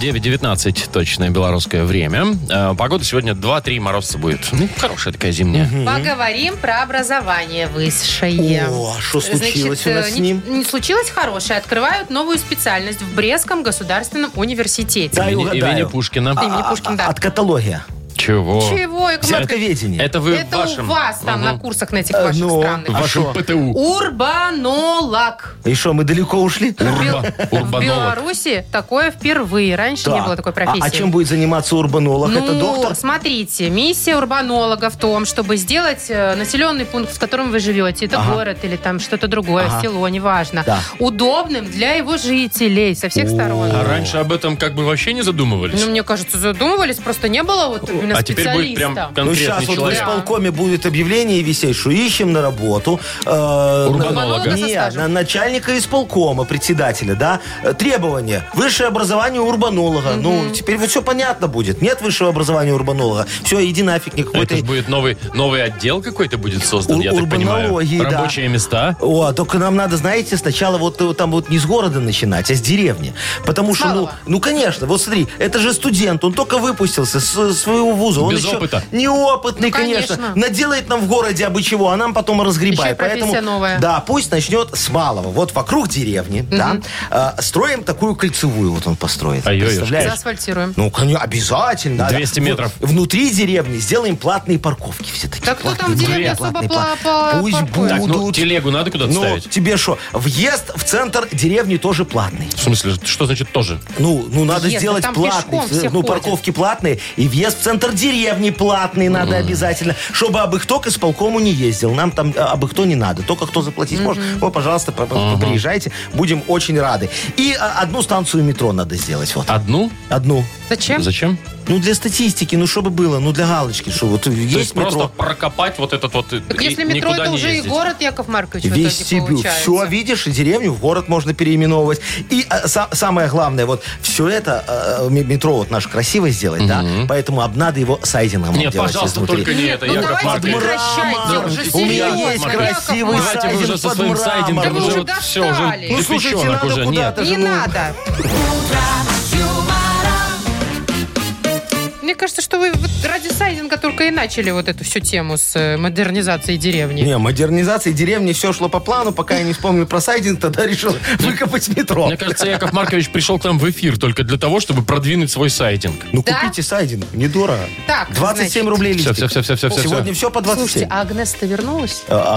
Speaker 2: 9.19 точное белорусское время. Э, Погода сегодня 2-3 морозца будет. Ну, хорошая такая зимняя.
Speaker 3: Поговорим про образование высшее.
Speaker 4: О, а что случилось у
Speaker 3: Значит,
Speaker 4: нас
Speaker 3: э,
Speaker 4: с
Speaker 3: не-
Speaker 4: ним?
Speaker 3: Не случилось хорошее. Открывают новую специальность в Брестском государственном университете.
Speaker 4: Дай
Speaker 2: Имени-
Speaker 4: угадаю.
Speaker 2: имени Пушкина.
Speaker 3: Имени Пушкина, да.
Speaker 4: а, От каталогия.
Speaker 2: Чего?
Speaker 3: Чего, Яков Маркович?
Speaker 4: Взятковедение.
Speaker 2: Это вы в
Speaker 3: Это
Speaker 2: вашем...
Speaker 3: у вас там
Speaker 2: Мгм.
Speaker 3: на курсах на этих
Speaker 4: Э,
Speaker 3: ваших
Speaker 4: ну,
Speaker 2: В
Speaker 3: странных.
Speaker 4: а
Speaker 2: вашем
Speaker 4: шо?
Speaker 2: ПТУ.
Speaker 3: Урбанолог.
Speaker 4: И что, мы далеко ушли?
Speaker 3: В Бел- В
Speaker 2: урбанолог.
Speaker 3: Беларуси такое впервые. Раньше не
Speaker 4: Так.
Speaker 3: было такой
Speaker 4: А-
Speaker 3: профессии.
Speaker 4: А, чем будет заниматься урбанолог?
Speaker 3: Ну,
Speaker 4: Это доктор?
Speaker 3: смотрите, миссия урбанолога в том, чтобы сделать э, населенный пункт, в котором вы живете, это город или там что-то другое, село, неважно,
Speaker 4: Да.
Speaker 3: удобным для его жителей со всех сторон.
Speaker 2: А раньше об этом как бы вообще не задумывались.
Speaker 3: Ну, мне кажется, задумывались, просто не было вот именно
Speaker 2: а теперь
Speaker 3: специалиста.
Speaker 2: будет прям
Speaker 4: Ну,
Speaker 2: конкретный
Speaker 4: сейчас вот в
Speaker 2: человек.
Speaker 3: Да.
Speaker 4: исполкоме будет объявление висеть, что ищем на работу. э,
Speaker 2: Урбанолога.
Speaker 4: на-
Speaker 3: Со
Speaker 4: Нет,
Speaker 3: стажем.
Speaker 4: на начальника исполкома, председателя, да. Э, Требования. Высшее образование урбанолога. Ну, теперь вот все понятно будет. Нет высшего образования урбанолога. Все, иди нафиг, никакой
Speaker 2: Это
Speaker 4: ты-
Speaker 2: ж А будет новый, новый отдел какой-то будет создан,
Speaker 4: Ур-
Speaker 2: я так понимаю.
Speaker 4: урбанологии, да.
Speaker 2: Рабочие места.
Speaker 4: О, а только нам надо, знаете, сначала вот э, там вот не с города начинать, а с деревни. Потому что, ну,
Speaker 3: малого.
Speaker 4: ну, конечно, вот смотри, это же студент, он только выпустился с э, своего вуза. Он
Speaker 2: Без
Speaker 4: еще
Speaker 2: опыта.
Speaker 4: Неопытный,
Speaker 3: Ну, конечно.
Speaker 4: конечно. Наделает нам в городе абы чего, а нам потом разгребай.
Speaker 3: Еще и профессия
Speaker 4: Поэтому,
Speaker 3: новая.
Speaker 4: Да, пусть начнет с малого. Вот вокруг деревни, да, э, строим такую кольцевую, вот он построит.
Speaker 2: Ай-ой-ой.
Speaker 4: Представляешь?
Speaker 3: Заасфальтируем.
Speaker 4: Ну, конечно, обязательно. да.
Speaker 2: 200 метров.
Speaker 4: Вот Внутри деревни сделаем платные парковки все такие.
Speaker 3: Да кто там в
Speaker 4: платные,
Speaker 3: деревне особо
Speaker 4: платные,
Speaker 3: пла-
Speaker 4: платные.
Speaker 3: пла-
Speaker 4: Пусть
Speaker 3: паркует?
Speaker 2: Так, ну,
Speaker 4: будут.
Speaker 2: телегу надо куда-то
Speaker 4: Ну,
Speaker 2: ставить?
Speaker 4: тебе что, въезд в центр деревни тоже платный.
Speaker 2: В смысле, что значит тоже?
Speaker 4: Ну, ну надо
Speaker 3: Въезд,
Speaker 4: сделать
Speaker 3: там
Speaker 4: платный.
Speaker 3: пешком все
Speaker 4: ну,
Speaker 3: ходят.
Speaker 4: парковки платные, и въезд в центр деревни платный надо обязательно, чтобы абы кто к исполкому не ездил. Нам там э, абы кто не надо. Только кто заплатить может, вот, пожалуйста, по- по- приезжайте. Будем очень рады. И а, одну станцию метро надо сделать. Вот.
Speaker 2: Одну?
Speaker 4: Одну.
Speaker 3: Зачем?
Speaker 2: Зачем?
Speaker 4: Ну, для статистики, ну, чтобы было, ну, для галочки, что вот
Speaker 2: То
Speaker 4: есть
Speaker 2: есть
Speaker 4: метро.
Speaker 2: просто прокопать вот этот вот...
Speaker 3: Так если метро, это уже и город, Яков Маркович, в итоге
Speaker 4: Весь Сибирь.
Speaker 3: получается.
Speaker 4: Все, видишь, и деревню в город можно переименовывать. И а, са- самое главное, вот все это э, м- метро вот наше красиво сделать, да? Поэтому об надо его сайдингом
Speaker 2: Нет,
Speaker 4: обделать
Speaker 2: пожалуйста,
Speaker 4: изнутри.
Speaker 2: только не это,
Speaker 3: Ну,
Speaker 2: Яков
Speaker 3: давайте
Speaker 2: Маркович.
Speaker 3: мы- Прекращайте,
Speaker 4: Мрамор.
Speaker 2: уже
Speaker 4: У меня
Speaker 2: серьезно,
Speaker 4: есть
Speaker 2: Яков
Speaker 4: красивый
Speaker 2: Давайте
Speaker 3: Маркович.
Speaker 2: вы уже
Speaker 4: сайдинг
Speaker 2: со
Speaker 4: под
Speaker 2: своим
Speaker 4: мрамором.
Speaker 2: сайдингом
Speaker 3: Да вы
Speaker 2: уже
Speaker 3: уже
Speaker 2: вот все, уже
Speaker 3: достали.
Speaker 4: Ну, слушайте,
Speaker 2: допеченок
Speaker 4: надо
Speaker 2: уже. Нет,
Speaker 4: куда-то
Speaker 3: Не
Speaker 4: же, ну.
Speaker 3: надо. Мне кажется, что вы вот ради сайдинга только и начали вот эту всю тему с э, модернизацией деревни.
Speaker 4: Не, модернизация деревни, все шло по плану, пока я не вспомнил про сайдинг,
Speaker 2: [laughs]
Speaker 4: тогда решил выкопать метро.
Speaker 2: мне кажется, Яков Маркович пришел к нам в эфир только для того, чтобы продвинуть свой сайтинг.
Speaker 4: Ну,
Speaker 3: Да?
Speaker 4: купите сайдинг, недорого.
Speaker 3: Так,
Speaker 4: 27
Speaker 3: значит.
Speaker 4: рублей
Speaker 2: Все, все,
Speaker 4: листик.
Speaker 2: все, все, все, все.
Speaker 4: Сегодня все по 27.
Speaker 3: Слушайте, а Агнеста вернулась?
Speaker 4: А,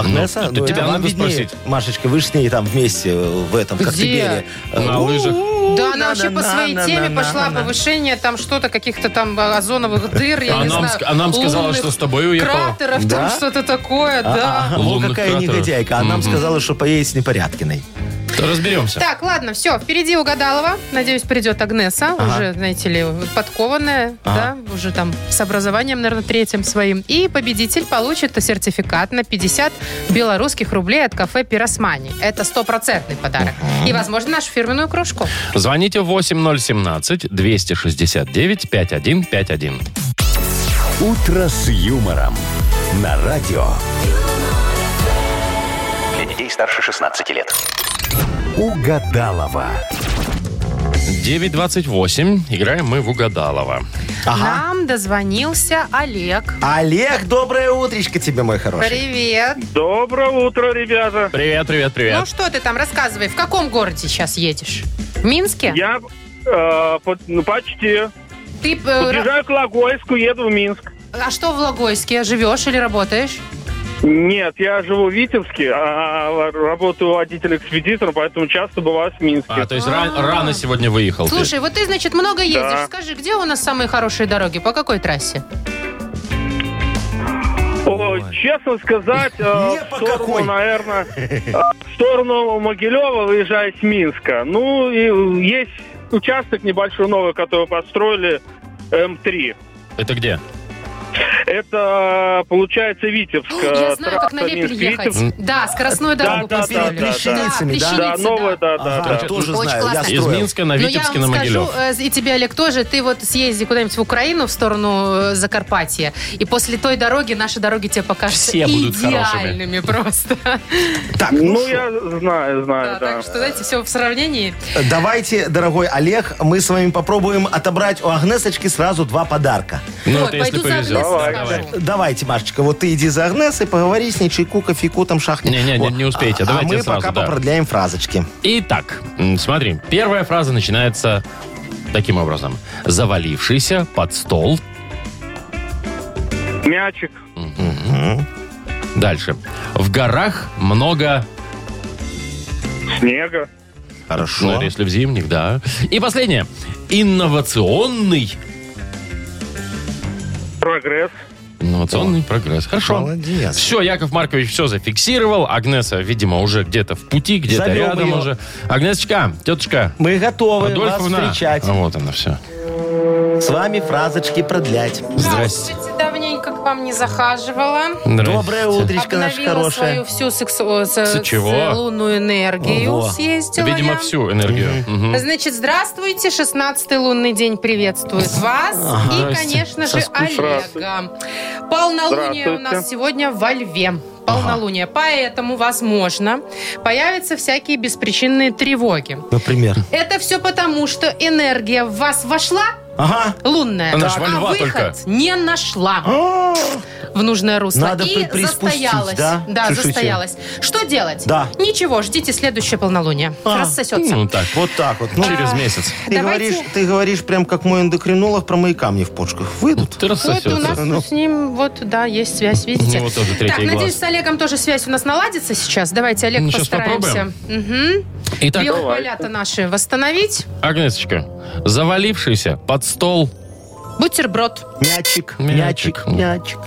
Speaker 2: Ну,
Speaker 4: Агнеса?
Speaker 2: это тебя
Speaker 4: вам
Speaker 2: надо
Speaker 4: виднее.
Speaker 2: спросить.
Speaker 4: Машечка, вы же с ней там вместе э, в этом
Speaker 3: Где?
Speaker 4: Коктебеле. Э,
Speaker 2: На
Speaker 4: у,
Speaker 2: лыжах.
Speaker 3: Да, она
Speaker 4: на-
Speaker 3: вообще по
Speaker 4: на- на-
Speaker 3: своей
Speaker 4: на-
Speaker 3: теме
Speaker 4: на-
Speaker 3: пошла
Speaker 4: на- на.
Speaker 3: повышение там что-то, каких-то там озоновых дыр, я
Speaker 2: А
Speaker 3: не
Speaker 2: нам
Speaker 3: знаю.
Speaker 2: ск- а нам сказала,
Speaker 3: лунных
Speaker 2: что с тобой уехала.
Speaker 3: Кратеров,
Speaker 4: Да?
Speaker 3: там что-то такое, да.
Speaker 4: А, О,
Speaker 2: Лунных
Speaker 4: какая
Speaker 2: кратеров.
Speaker 4: негодяйка. А нам сказала, что поедет с Непорядкиной.
Speaker 2: Разберемся.
Speaker 3: Так, ладно, все, впереди угадалова. Надеюсь, придет Агнеса, уже, знаете ли, подкованная, да, уже там с образованием, наверное, третьим своим. И победитель получит сертификат на 50 белорусских рублей от кафе «Пиросмани». Это стопроцентный подарок. И, возможно, нашу фирменную кружку.
Speaker 2: Звоните 8017-269-5151.
Speaker 1: «Утро с юмором» на радио.
Speaker 5: Для детей старше 16 лет.
Speaker 1: Угадалова.
Speaker 2: 9.28. Играем мы в Угадалова.
Speaker 3: Нам дозвонился Олег.
Speaker 4: Олег, доброе утречко тебе, мой хороший.
Speaker 3: Привет.
Speaker 6: Доброе утро, ребята.
Speaker 2: Привет, привет,
Speaker 3: Ну
Speaker 2: привет.
Speaker 3: что ты там, рассказывай, в каком городе сейчас едешь? В Минске?
Speaker 6: Я ну, почти.
Speaker 3: Ты, э, ра-
Speaker 6: к Логойску, еду в Минск.
Speaker 3: а что в Логойске? Живешь или работаешь?
Speaker 6: Нет, я живу в Витебске, а работаю водителем-экспедитором, поэтому часто бываю в Минске.
Speaker 2: А, то есть ран-
Speaker 3: А.
Speaker 2: рано сегодня выехал ты.
Speaker 3: Слушай, вот ты, значит, много ездишь.
Speaker 6: Да.
Speaker 3: Скажи, где у нас самые хорошие дороги? По какой трассе?
Speaker 6: Ой, честно сказать, э,
Speaker 4: Не
Speaker 6: в
Speaker 4: по
Speaker 6: сторону,
Speaker 4: какой. [laughs]
Speaker 6: наверное, э, в сторону Могилева выезжая с Минска. Ну, и есть участок небольшой новый, который построили эм М3.
Speaker 2: Это где?
Speaker 6: Это, получается, Витебск. э,
Speaker 3: Я знаю, как на
Speaker 6: трасса
Speaker 3: Вепель ехать.
Speaker 6: Минск-Витебск.
Speaker 3: Да, скоростную
Speaker 6: Да,
Speaker 3: дорогу
Speaker 6: да, да,
Speaker 3: построили.
Speaker 4: да, Плещеницами, да?
Speaker 3: Плещеницы,
Speaker 6: Да, новая, да, да,
Speaker 4: Ага,
Speaker 6: да.
Speaker 4: тоже
Speaker 3: Очень
Speaker 4: знаю, я
Speaker 3: классно.
Speaker 2: Из
Speaker 4: строил.
Speaker 2: Минска на
Speaker 3: Но а Ну, я
Speaker 2: Витебске
Speaker 3: вам
Speaker 2: на
Speaker 3: скажу,
Speaker 2: Могилев.
Speaker 3: э, и тебе, Олег, тоже, ты вот съезди куда-нибудь в Украину, в сторону э, Закарпатья, и после той дороги наши дороги тебе покажутся
Speaker 2: Все будут
Speaker 3: идеальными просто.
Speaker 4: Так, ну,
Speaker 6: Ну,
Speaker 4: шо,
Speaker 6: я знаю, знаю,
Speaker 3: Да,
Speaker 6: да.
Speaker 3: Так что, знаете, все в сравнении.
Speaker 4: давайте, дорогой Олег, мы с вами попробуем отобрать у Агнесочки сразу два подарка.
Speaker 2: Ну,
Speaker 3: Ой,
Speaker 2: это если
Speaker 3: пойду за
Speaker 2: повезет.
Speaker 3: Агнесой
Speaker 2: Да,
Speaker 3: скажу.
Speaker 2: давай.
Speaker 4: Давайте, Машечка, вот ты иди за Агнесой, поговори с ней, чайку, кофейку, там шахни.
Speaker 2: Не-не, не-
Speaker 4: Вот.
Speaker 2: не успеете.
Speaker 4: А-
Speaker 2: Давайте
Speaker 4: а мы
Speaker 2: сразу,
Speaker 4: пока
Speaker 2: да.
Speaker 4: попродляем фразочки.
Speaker 2: Итак, м, смотри, первая фраза начинается таким образом. Завалившийся под стол.
Speaker 6: Мячик,
Speaker 2: Дальше. В горах много...
Speaker 6: снега,
Speaker 4: Хорошо.
Speaker 2: Ну, это если в зимних, да. И последнее. Инновационный...
Speaker 6: прогресс.
Speaker 2: Инновационный прогресс. Хорошо.
Speaker 4: Молодец.
Speaker 2: Все, Яков Маркович все зафиксировал. Агнеса, видимо, уже где-то в пути, где-то
Speaker 4: Зовем
Speaker 2: рядом
Speaker 4: ее.
Speaker 2: уже. Агнесочка, тетушка,
Speaker 4: Мы готовы вас
Speaker 2: Адольфовна.
Speaker 4: встречать.
Speaker 2: А вот она все.
Speaker 4: С вами фразочки продлять.
Speaker 2: Здрасте.
Speaker 3: Здравствуйте, давненько к вам не захаживала.
Speaker 4: Доброе
Speaker 2: Здрасте.
Speaker 4: утречко, наш
Speaker 3: Обновила свою
Speaker 4: хорошая.
Speaker 3: всю секс- о, с-
Speaker 2: С чего?
Speaker 3: лунную энергию
Speaker 4: Во.
Speaker 3: съездила
Speaker 2: Видимо,
Speaker 3: я.
Speaker 2: всю энергию. Мгм.
Speaker 3: Значит, здравствуйте, 16-й лунный день приветствует вас и,
Speaker 2: Здрасте.
Speaker 3: конечно же, Олега. Полнолуние у нас
Speaker 6: Здравствуйте.
Speaker 3: сегодня во Льве. Полнолуние. Поэтому, возможно, появятся всякие беспричинные тревоги.
Speaker 4: Например.
Speaker 3: Это все потому, что энергия в вас вошла,
Speaker 4: Ага.
Speaker 3: лунная,
Speaker 2: Она ж во
Speaker 3: а
Speaker 2: льва
Speaker 3: выход
Speaker 2: только.
Speaker 3: не нашла
Speaker 4: А,
Speaker 3: в нужное русло.
Speaker 4: Надо
Speaker 3: и
Speaker 4: при- приспустить,
Speaker 3: застоялась.
Speaker 4: да? Чешуйте.
Speaker 3: застоялась. Что делать?
Speaker 4: Да.
Speaker 3: Ничего, ждите следующее полнолуние.
Speaker 4: А.
Speaker 3: Рассосется.
Speaker 2: Ну так,
Speaker 4: Вот так вот. Ну,
Speaker 2: через месяц.
Speaker 4: ты,
Speaker 3: Давайте-
Speaker 4: говоришь, ты говоришь прям как мой эндокринолог про мои камни в почках. Выйдут.
Speaker 2: Ты
Speaker 3: Ну, это у нас
Speaker 2: рассосется.
Speaker 3: с ним, вот, да, есть связь, видите?
Speaker 2: Ну, вот тоже третий
Speaker 3: так, надеюсь,
Speaker 2: глаз.
Speaker 3: с Олегом тоже связь у нас наладится сейчас. Давайте, Олег,
Speaker 2: Ну, щас
Speaker 3: постараемся. Угу.
Speaker 2: Итак,
Speaker 3: Биополя-то наши восстановить.
Speaker 2: Агнесочка, завалившийся под стол
Speaker 3: Бутерброд.
Speaker 4: Мячик,
Speaker 2: Мячик.
Speaker 4: мячик, мячик.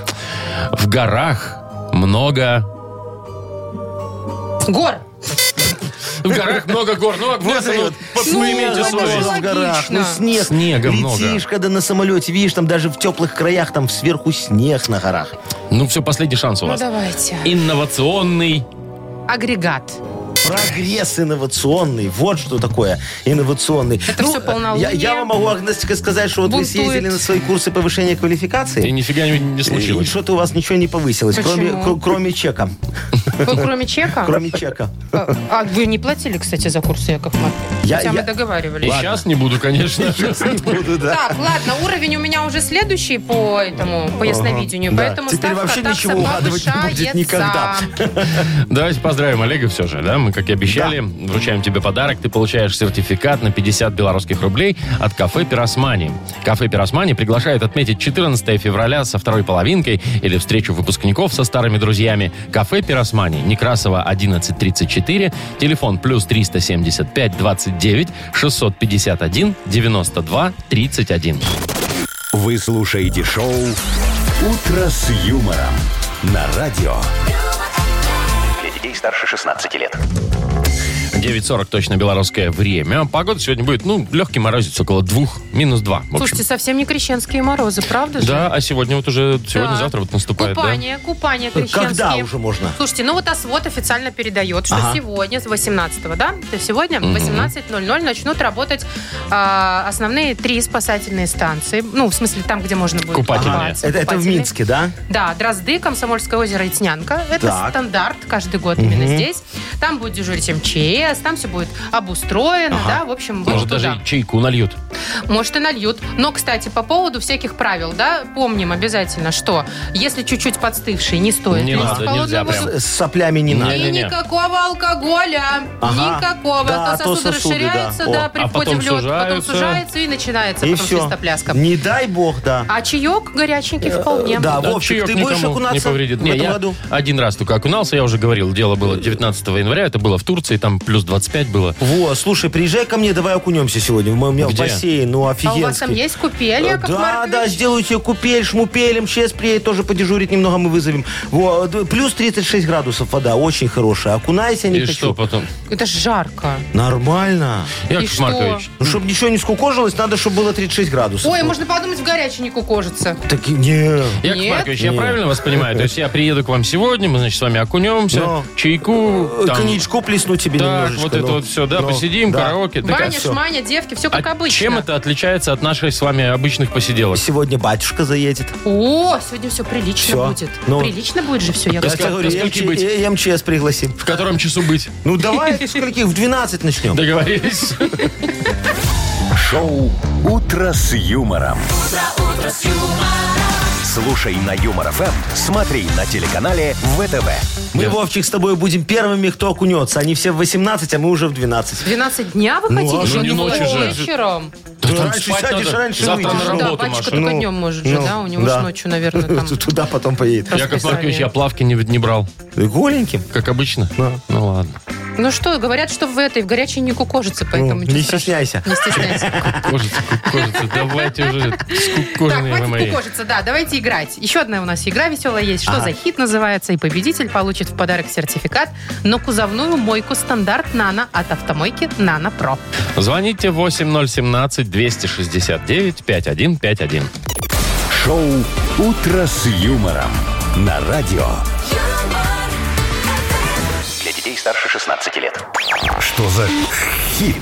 Speaker 2: в горах много...
Speaker 3: Гор. Ну,
Speaker 2: В горах много гор. Ну, Агнеса, ну, по-
Speaker 3: Ну,
Speaker 2: поимейте
Speaker 3: это
Speaker 2: совесть.
Speaker 3: же
Speaker 4: в горах, ну
Speaker 3: логично.
Speaker 4: снег.
Speaker 2: Снега
Speaker 4: Летишь,
Speaker 2: много.
Speaker 4: когда на самолете, видишь, там даже в теплых краях, там сверху снег на горах.
Speaker 2: Ну, все, последний шанс у
Speaker 3: Ну,
Speaker 2: вас.
Speaker 3: давайте.
Speaker 2: Инновационный...
Speaker 3: Агрегат.
Speaker 4: Прогресс инновационный. Вот что такое инновационный. Ну, э,
Speaker 3: Это всё полнолуние.
Speaker 4: Я, я вам могу, Агнесочка, сказать, что вот
Speaker 3: Бунтует.
Speaker 4: вы съездили на свои курсы повышения
Speaker 2: И
Speaker 4: квалификации.
Speaker 2: нифига не, не
Speaker 4: И
Speaker 2: случилось.
Speaker 4: что-то у вас ничего не повысилось, кроме,
Speaker 3: Почему?
Speaker 4: кр- кроме чека.
Speaker 3: Вы кроме чека?
Speaker 4: Кроме чека.
Speaker 3: А а вы не платили, кстати, за курсы, Яков Маркович?
Speaker 4: Я-
Speaker 3: Хотя мы
Speaker 4: я-
Speaker 2: И
Speaker 3: договаривались.
Speaker 2: сейчас не буду, конечно.
Speaker 4: Буду, да.
Speaker 3: Так, ладно, уровень у меня уже следующий по этому по ясновидению,
Speaker 4: да.
Speaker 3: поэтому
Speaker 4: Теперь
Speaker 3: ставка
Speaker 4: вообще
Speaker 3: такса
Speaker 4: ничего угадывать не будет никогда.
Speaker 3: повышается.
Speaker 2: Давайте поздравим Олега все же, да? Мы, как и обещали, вручаем тебе подарок. Ты получаешь сертификат на 50 белорусских рублей от кафе «Пиросмани». Кафе «Пиросмани» приглашает отметить 14 февраля со второй половинкой или встречу выпускников со старыми друзьями. Кафе «Пиросмани», Некрасова, 1134, телефон плюс 375 29 651 92 31.
Speaker 1: Вы слушаете шоу «Утро с юмором» на радио.
Speaker 5: Для детей старше 16 лет.
Speaker 2: 9.40 точно белорусское время. Погода сегодня будет, ну, легкий морозец, около двух, минус два. в общем.
Speaker 3: Слушайте, совсем не крещенские морозы, правда же?
Speaker 2: Да, а сегодня вот уже,
Speaker 3: Да.
Speaker 2: сегодня-завтра вот наступает, да?
Speaker 3: Купание, купание крещенские.
Speaker 4: Когда уже можно?
Speaker 3: Слушайте, ну вот АСВОД официально передает, что
Speaker 4: Ага.
Speaker 3: сегодня, с 18 да? То есть сегодня в 18.00 начнут работать а, основные три спасательные станции. Ну, в смысле, там, где можно будет
Speaker 2: Купательные.
Speaker 3: купаться.
Speaker 4: А, Это, это в
Speaker 3: Купательные.
Speaker 4: Минске, да?
Speaker 3: Да, Дрозды, Комсомольское озеро и Тнянка. Это
Speaker 4: Так.
Speaker 3: стандарт каждый год именно здесь. Там будет дежурить МЧС, там все будет обустроено, да, в общем, вот
Speaker 2: Может,
Speaker 3: туда.
Speaker 2: даже и чайку нальют.
Speaker 3: Может, и нальют. Но, кстати, по поводу всяких правил, да, помним обязательно, что если чуть-чуть подстывший, не стоит
Speaker 2: Не
Speaker 3: лезть в
Speaker 2: надо,
Speaker 3: холодную
Speaker 2: нельзя
Speaker 3: воду.
Speaker 2: прям.
Speaker 4: С с соплями не
Speaker 2: Не,
Speaker 4: надо.
Speaker 3: И
Speaker 2: Не-не-не.
Speaker 3: никакого алкоголя.
Speaker 4: Ага.
Speaker 3: Никакого.
Speaker 4: Да,
Speaker 3: А
Speaker 4: а
Speaker 3: то
Speaker 4: то
Speaker 3: сосуды,
Speaker 4: сосуды, да.
Speaker 3: расширяются,
Speaker 4: О.
Speaker 3: да,
Speaker 4: А
Speaker 3: приходим
Speaker 2: потом
Speaker 3: в лед, потом
Speaker 2: сужаются.
Speaker 3: сужаются и начинается
Speaker 4: И
Speaker 3: потом
Speaker 4: все.
Speaker 3: свистопляска.
Speaker 4: Не дай бог, да.
Speaker 3: А чаек горяченький вполне.
Speaker 4: да,
Speaker 2: Да,
Speaker 4: Вовчик,
Speaker 2: чаек
Speaker 4: ты будешь
Speaker 2: никому
Speaker 4: окунаться
Speaker 2: не повредит.
Speaker 4: в
Speaker 2: Не,
Speaker 4: этом
Speaker 2: я
Speaker 4: году?
Speaker 2: один раз только окунался, я уже говорил, дело было 19 января, это было в Турции, там плюс 25 было.
Speaker 4: Во, слушай, приезжай ко мне, давай окунемся сегодня. У меня в
Speaker 2: Где?
Speaker 4: бассейн, ну
Speaker 3: А
Speaker 4: офигенский.
Speaker 3: у вас там есть купель, Яков
Speaker 4: да,
Speaker 3: Маркович?
Speaker 4: да, сделаю тебе купель, шмупелем, сейчас приедет, тоже подежурить немного мы вызовем. Во, д- плюс 36 градусов вода, очень хорошая. Окунайся не
Speaker 2: И
Speaker 4: хочу.
Speaker 2: что потом?
Speaker 3: Это ж жарко.
Speaker 4: Нормально.
Speaker 2: Яков
Speaker 3: что?
Speaker 2: Маркович,
Speaker 4: Ну, чтобы ничего не скукожилось, надо, чтобы было 36 градусов. Ну,
Speaker 3: Ой, можно подумать, в горячий не кукожится.
Speaker 4: Так, и- не.
Speaker 2: Яков
Speaker 3: Нет?
Speaker 2: Маркович, я правильно вас понимаю? То есть я приеду к вам сегодня, мы, значит, с вами окунемся,
Speaker 4: Но. э,
Speaker 2: чайку, там,
Speaker 4: Коньячку плесну тебе
Speaker 2: так,
Speaker 4: немножечко.
Speaker 2: вот это
Speaker 4: ну.
Speaker 2: вот все, да,
Speaker 4: Ну,
Speaker 2: посидим,
Speaker 4: да.
Speaker 2: караоке. Так, а
Speaker 3: Баня,
Speaker 2: всё.
Speaker 3: шманя, девки, все
Speaker 2: А
Speaker 3: как обычно.
Speaker 2: чем это отличается от наших с вами обычных посиделок?
Speaker 4: Сегодня батюшка заедет.
Speaker 3: О, сегодня все прилично
Speaker 4: Всё.
Speaker 3: будет.
Speaker 4: Ну.
Speaker 3: Прилично будет же все, Яков
Speaker 2: Да,
Speaker 4: Я тебе
Speaker 2: сколько-
Speaker 3: Маркович.
Speaker 4: говорю,
Speaker 2: до скольки
Speaker 4: МЧ-
Speaker 2: быть?
Speaker 4: э, МЧС пригласим.
Speaker 2: В котором часу быть?
Speaker 4: Ну давай, в скольких? В 12 начнем.
Speaker 2: Договорились?
Speaker 1: Шоу «Утро с юмором». Слушай на Юмор ФМ, смотри на телеканале ВТВ.
Speaker 4: Мы, Вовчик, с тобой будем первыми, кто окунется. Они все в 18, а мы уже в 12.
Speaker 3: 12 дня вы
Speaker 4: Ну,
Speaker 3: хотите?
Speaker 4: а
Speaker 3: чтобы
Speaker 2: не
Speaker 3: было
Speaker 2: ночи же.
Speaker 3: Вечером.
Speaker 2: Да там
Speaker 4: раньше
Speaker 2: спать
Speaker 4: сядешь,
Speaker 2: надо.
Speaker 4: раньше
Speaker 2: Завтра
Speaker 4: выйдешь.
Speaker 2: на
Speaker 4: Ну
Speaker 3: да,
Speaker 2: работу,
Speaker 3: батюшка
Speaker 2: Маша.
Speaker 3: только днем может же,
Speaker 4: ну,
Speaker 3: да? У него
Speaker 4: да.
Speaker 3: ж ночью, наверное,
Speaker 4: [laughs]
Speaker 3: там...
Speaker 4: Туда потом поедет.
Speaker 2: Яков Маркович,
Speaker 3: расписание.
Speaker 2: я плавки не, не брал,
Speaker 4: Голеньким?
Speaker 2: как обычно. Ну ладно.
Speaker 3: Ну что, говорят, что в этой в горячей не кукожится,
Speaker 4: Ну,
Speaker 3: поэтому
Speaker 4: не
Speaker 3: ничего страшного.
Speaker 4: стесняйся.
Speaker 2: [laughs]
Speaker 3: Не стесняйся.
Speaker 2: Кожица, кожица, давайте уже,
Speaker 3: Так,
Speaker 2: скукоженные вы
Speaker 3: хватит
Speaker 2: мои.
Speaker 3: кукожиться, да, давайте играть. Еще одна у нас игра веселая есть. Что за хит называется? И победитель получит в подарок сертификат на кузовную мойку стандарт «Нано» от автомойки «Нано Про».
Speaker 2: Звоните 8017-269-5151.
Speaker 1: Шоу «Утро с юмором» на радио.
Speaker 8: юмор,
Speaker 5: Для детей старше 16 лет.
Speaker 1: Что за хит?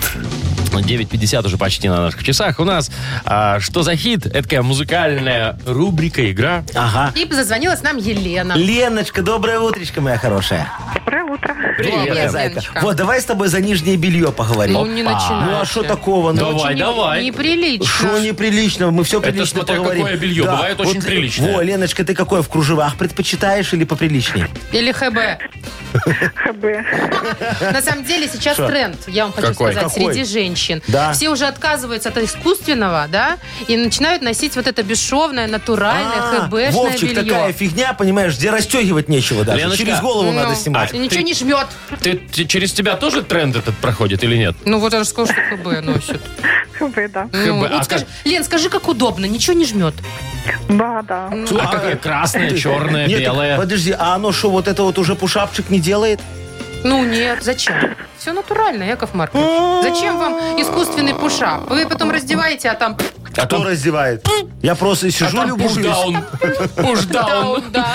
Speaker 2: 9.50 уже почти на наших часах. У нас а, «Что за хит?» Это такая музыкальная рубрика, игра.
Speaker 4: Ага.
Speaker 3: И позвонилась нам Елена.
Speaker 4: Леночка, доброе утречко, моя хорошая.
Speaker 7: Доброе утро. [laughs]
Speaker 3: Привет,
Speaker 4: Зайка.
Speaker 3: Леночка.
Speaker 4: Вот, давай с тобой за нижнее белье поговорим.
Speaker 3: Ну, не начинай.
Speaker 4: Ну, а что такого? Ну,
Speaker 2: Давай.
Speaker 3: Не-
Speaker 2: давай.
Speaker 3: Неприлично.
Speaker 4: Что неприлично? Мы все
Speaker 2: Это
Speaker 4: прилично
Speaker 2: смотря какое
Speaker 4: поговорим.
Speaker 2: белье. Бывает очень приличное.
Speaker 4: Во, Леночка, ты какое, в кружевах предпочитаешь или поприличнее?
Speaker 3: Или ХБ.
Speaker 7: ХБ.
Speaker 3: На самом деле сейчас тренд, я вам хочу
Speaker 2: Какой?
Speaker 3: сказать,
Speaker 4: Какой?
Speaker 3: среди женщин.
Speaker 4: Да.
Speaker 3: Все уже отказываются от искусственного, да, и начинают носить вот это бесшовное, натуральное,
Speaker 4: А,
Speaker 3: хбшное
Speaker 4: Вовчик,
Speaker 3: белье.
Speaker 4: такая фигня, понимаешь, где расстегивать нечего даже.
Speaker 2: Леночка,
Speaker 4: Через голову
Speaker 3: Ну,
Speaker 4: надо снимать.
Speaker 3: и Ничего
Speaker 2: ты-
Speaker 3: не жмет.
Speaker 2: Ты, ты- через тебя тоже тренд этот проходит или нет?
Speaker 3: Ну вот она же сказала, что ХБ носит.
Speaker 7: ХБ, да.
Speaker 3: Ну,
Speaker 2: ХБ,
Speaker 3: вот
Speaker 2: а
Speaker 3: скажи, Лен, скажи, как удобно, ничего не жмет.
Speaker 7: Да, да.
Speaker 3: ну,
Speaker 2: А какая красная, черная,
Speaker 4: Нет, так
Speaker 2: белая?
Speaker 4: подожди, а оно что, вот это вот уже пушапчик не делает?
Speaker 3: Ну нет, зачем? Все натурально, Яков Маркович. Зачем вам искусственный пушап? Вы потом раздеваете, а там...
Speaker 2: А
Speaker 4: Кто
Speaker 2: там-
Speaker 4: раздевает? Я просто
Speaker 2: а
Speaker 4: сижу,
Speaker 2: там
Speaker 4: любуюсь.
Speaker 2: пушдаун. Пушдаун.
Speaker 4: А
Speaker 3: даун, да.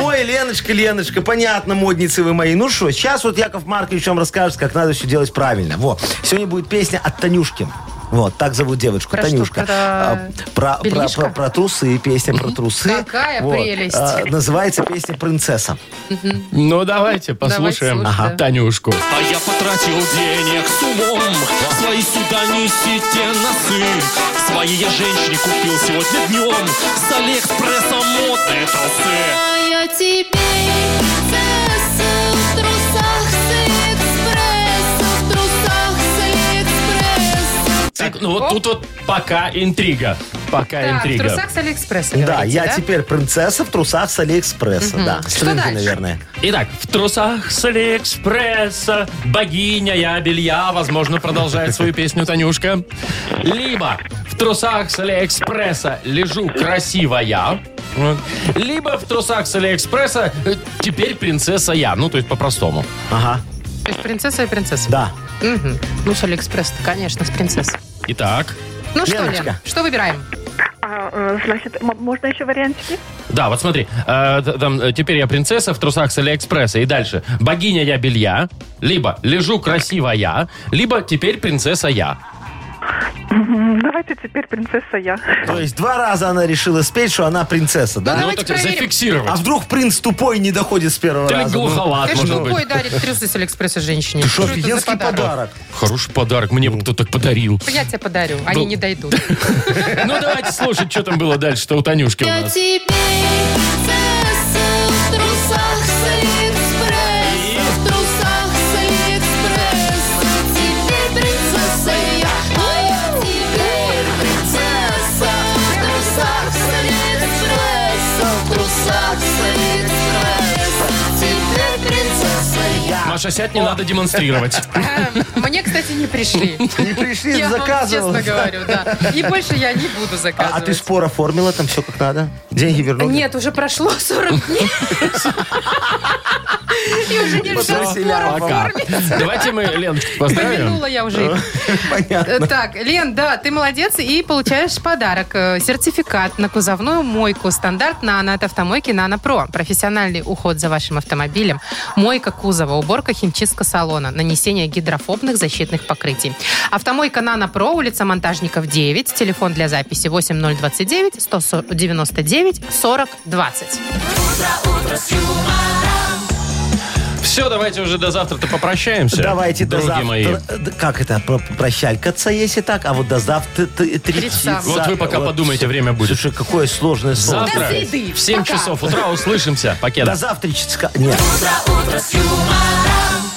Speaker 4: Ой, Леночка, Леночка, понятно, модницы вы мои. Ну что, сейчас вот Яков Маркович вам расскажет, как надо все делать правильно. Вот. Сегодня будет песня от Танюшки. Вот, так зовут девочку,
Speaker 3: Про что,
Speaker 4: Танюшка.
Speaker 3: про
Speaker 4: А, Про, про,
Speaker 3: бельишко?
Speaker 4: про- про трусы, песня про трусы.
Speaker 3: Какая прелесть.
Speaker 4: А, называется песня «Принцесса».
Speaker 2: Ну, давайте послушаем
Speaker 3: слушай, да.
Speaker 2: Танюшку.
Speaker 9: А я потратил денег с умом Свои сюда несите носы Свои я женщине купил сегодня днем С Алиэкспресса модные трусы
Speaker 8: а я тебе принцесса в трусах с Алиэкспресса, в трусах с Алиэкспресса.
Speaker 2: Так, ну вот тут вот пока интрига. Пока
Speaker 3: Так, в
Speaker 2: интрига.
Speaker 3: трусах с Алиэкспресса,
Speaker 4: да,
Speaker 3: говорите,
Speaker 4: я теперь принцесса в трусах с Алиэкспресса. Да,
Speaker 3: Что
Speaker 4: стринги,
Speaker 3: дальше?
Speaker 4: наверное.
Speaker 2: Итак, в трусах с Алиэкспресса богиня я белья, возможно, продолжает свою песню Танюшка. Либо в трусах с Алиэкспресса лежу красивая. Вот. Либо в трусах с Алиэкспресса э, теперь принцесса я. Ну, то есть по-простому.
Speaker 4: Ага.
Speaker 3: то есть принцесса и принцесса.
Speaker 4: Да.
Speaker 3: Мгм. Ну, с Алиэкспресс, конечно, с принцессой.
Speaker 2: Итак,
Speaker 3: Ну что,
Speaker 4: Леночка.
Speaker 3: Лен, что выбираем?
Speaker 7: А, э, значит, м- можно еще вариантики?
Speaker 2: да, вот смотри. э, т- там, э, теперь я принцесса в трусах с Алиэкспресса. И дальше. Богиня я белья. Либо лежу красивая. Либо теперь принцесса я.
Speaker 7: М, Давайте теперь принцесса я.
Speaker 4: То есть два раза она решила спеть, что она принцесса, да?
Speaker 2: Ну
Speaker 3: Давайте
Speaker 2: так
Speaker 3: проверим.
Speaker 4: А
Speaker 2: зафиксировать.
Speaker 4: вдруг принц тупой не доходит с первого
Speaker 2: Или
Speaker 4: раза? Ну,
Speaker 2: глуховат,
Speaker 3: Конечно,
Speaker 2: может
Speaker 3: тупой
Speaker 2: быть.
Speaker 3: дарит трусы с Алиэкспресса женщине.
Speaker 4: ты что,
Speaker 3: это за
Speaker 4: офигенский подарок?
Speaker 2: Хороший подарок. Мне бы кто-то так подарил.
Speaker 3: Я тебе подарю, они не дойдут.
Speaker 2: Ну, давайте слушать, что там было дальше-то у Танюшки у
Speaker 8: Я
Speaker 2: нас.
Speaker 8: тебе принцесса в трусах с Алиэкспресс, в трусах с Алиэкспресс. Теперь принцесса я, а я теперь принцесса в трусах с Алиэкспресс, в трусах с Алиэкспресс. Теперь принцесса я.
Speaker 2: Маша, сядь, не надо демонстрировать.
Speaker 3: Мне, кстати, не
Speaker 4: [laughs]
Speaker 3: пришли.
Speaker 4: Не пришли,
Speaker 3: Я вам
Speaker 4: заказывал.
Speaker 3: честно говорю, да. И больше я не буду
Speaker 4: А, а ты
Speaker 3: заказывать.
Speaker 4: спор оформила, там все как надо? Деньги вернули?
Speaker 3: Нет, уже прошло 40
Speaker 4: [laughs]
Speaker 3: дней. И уже нельзя
Speaker 4: Потрясили
Speaker 3: спором
Speaker 4: Пока.
Speaker 3: оформить.
Speaker 2: Давайте мы Леночку поздравим.
Speaker 3: Помянула я уже их. [laughs]
Speaker 4: Понятно.
Speaker 3: Э, Так, Лен, да, ты молодец и получаешь подарок. э, Сертификат на кузовную мойку. Стандарт «Нано» от автомойки «Нано Про». Профессиональный уход за вашим автомобилем. Мойка кузова, уборка химчистка салона, нанесение гидрофобных защитных покрытий. Автомойка «Нано Про», улица Монтажников, 9. Телефон для записи 8029 199 40 20.
Speaker 2: Все, давайте уже до завтра-то попрощаемся.
Speaker 4: Давайте до
Speaker 2: други
Speaker 4: завтра.
Speaker 2: мои.
Speaker 4: Д- Как это? про- Прощалькаться, если так, а вот до завтра т- тридцать.
Speaker 2: Вот вы пока подумайте,
Speaker 4: всё.
Speaker 2: время будет.
Speaker 4: Слушай, какое сложное слово.
Speaker 2: Завтра
Speaker 3: До среды.
Speaker 2: в 7
Speaker 3: Пока.
Speaker 2: часов утра услышимся. Пакет.
Speaker 4: До завтра. Нет.
Speaker 8: Утро, утро с юмором.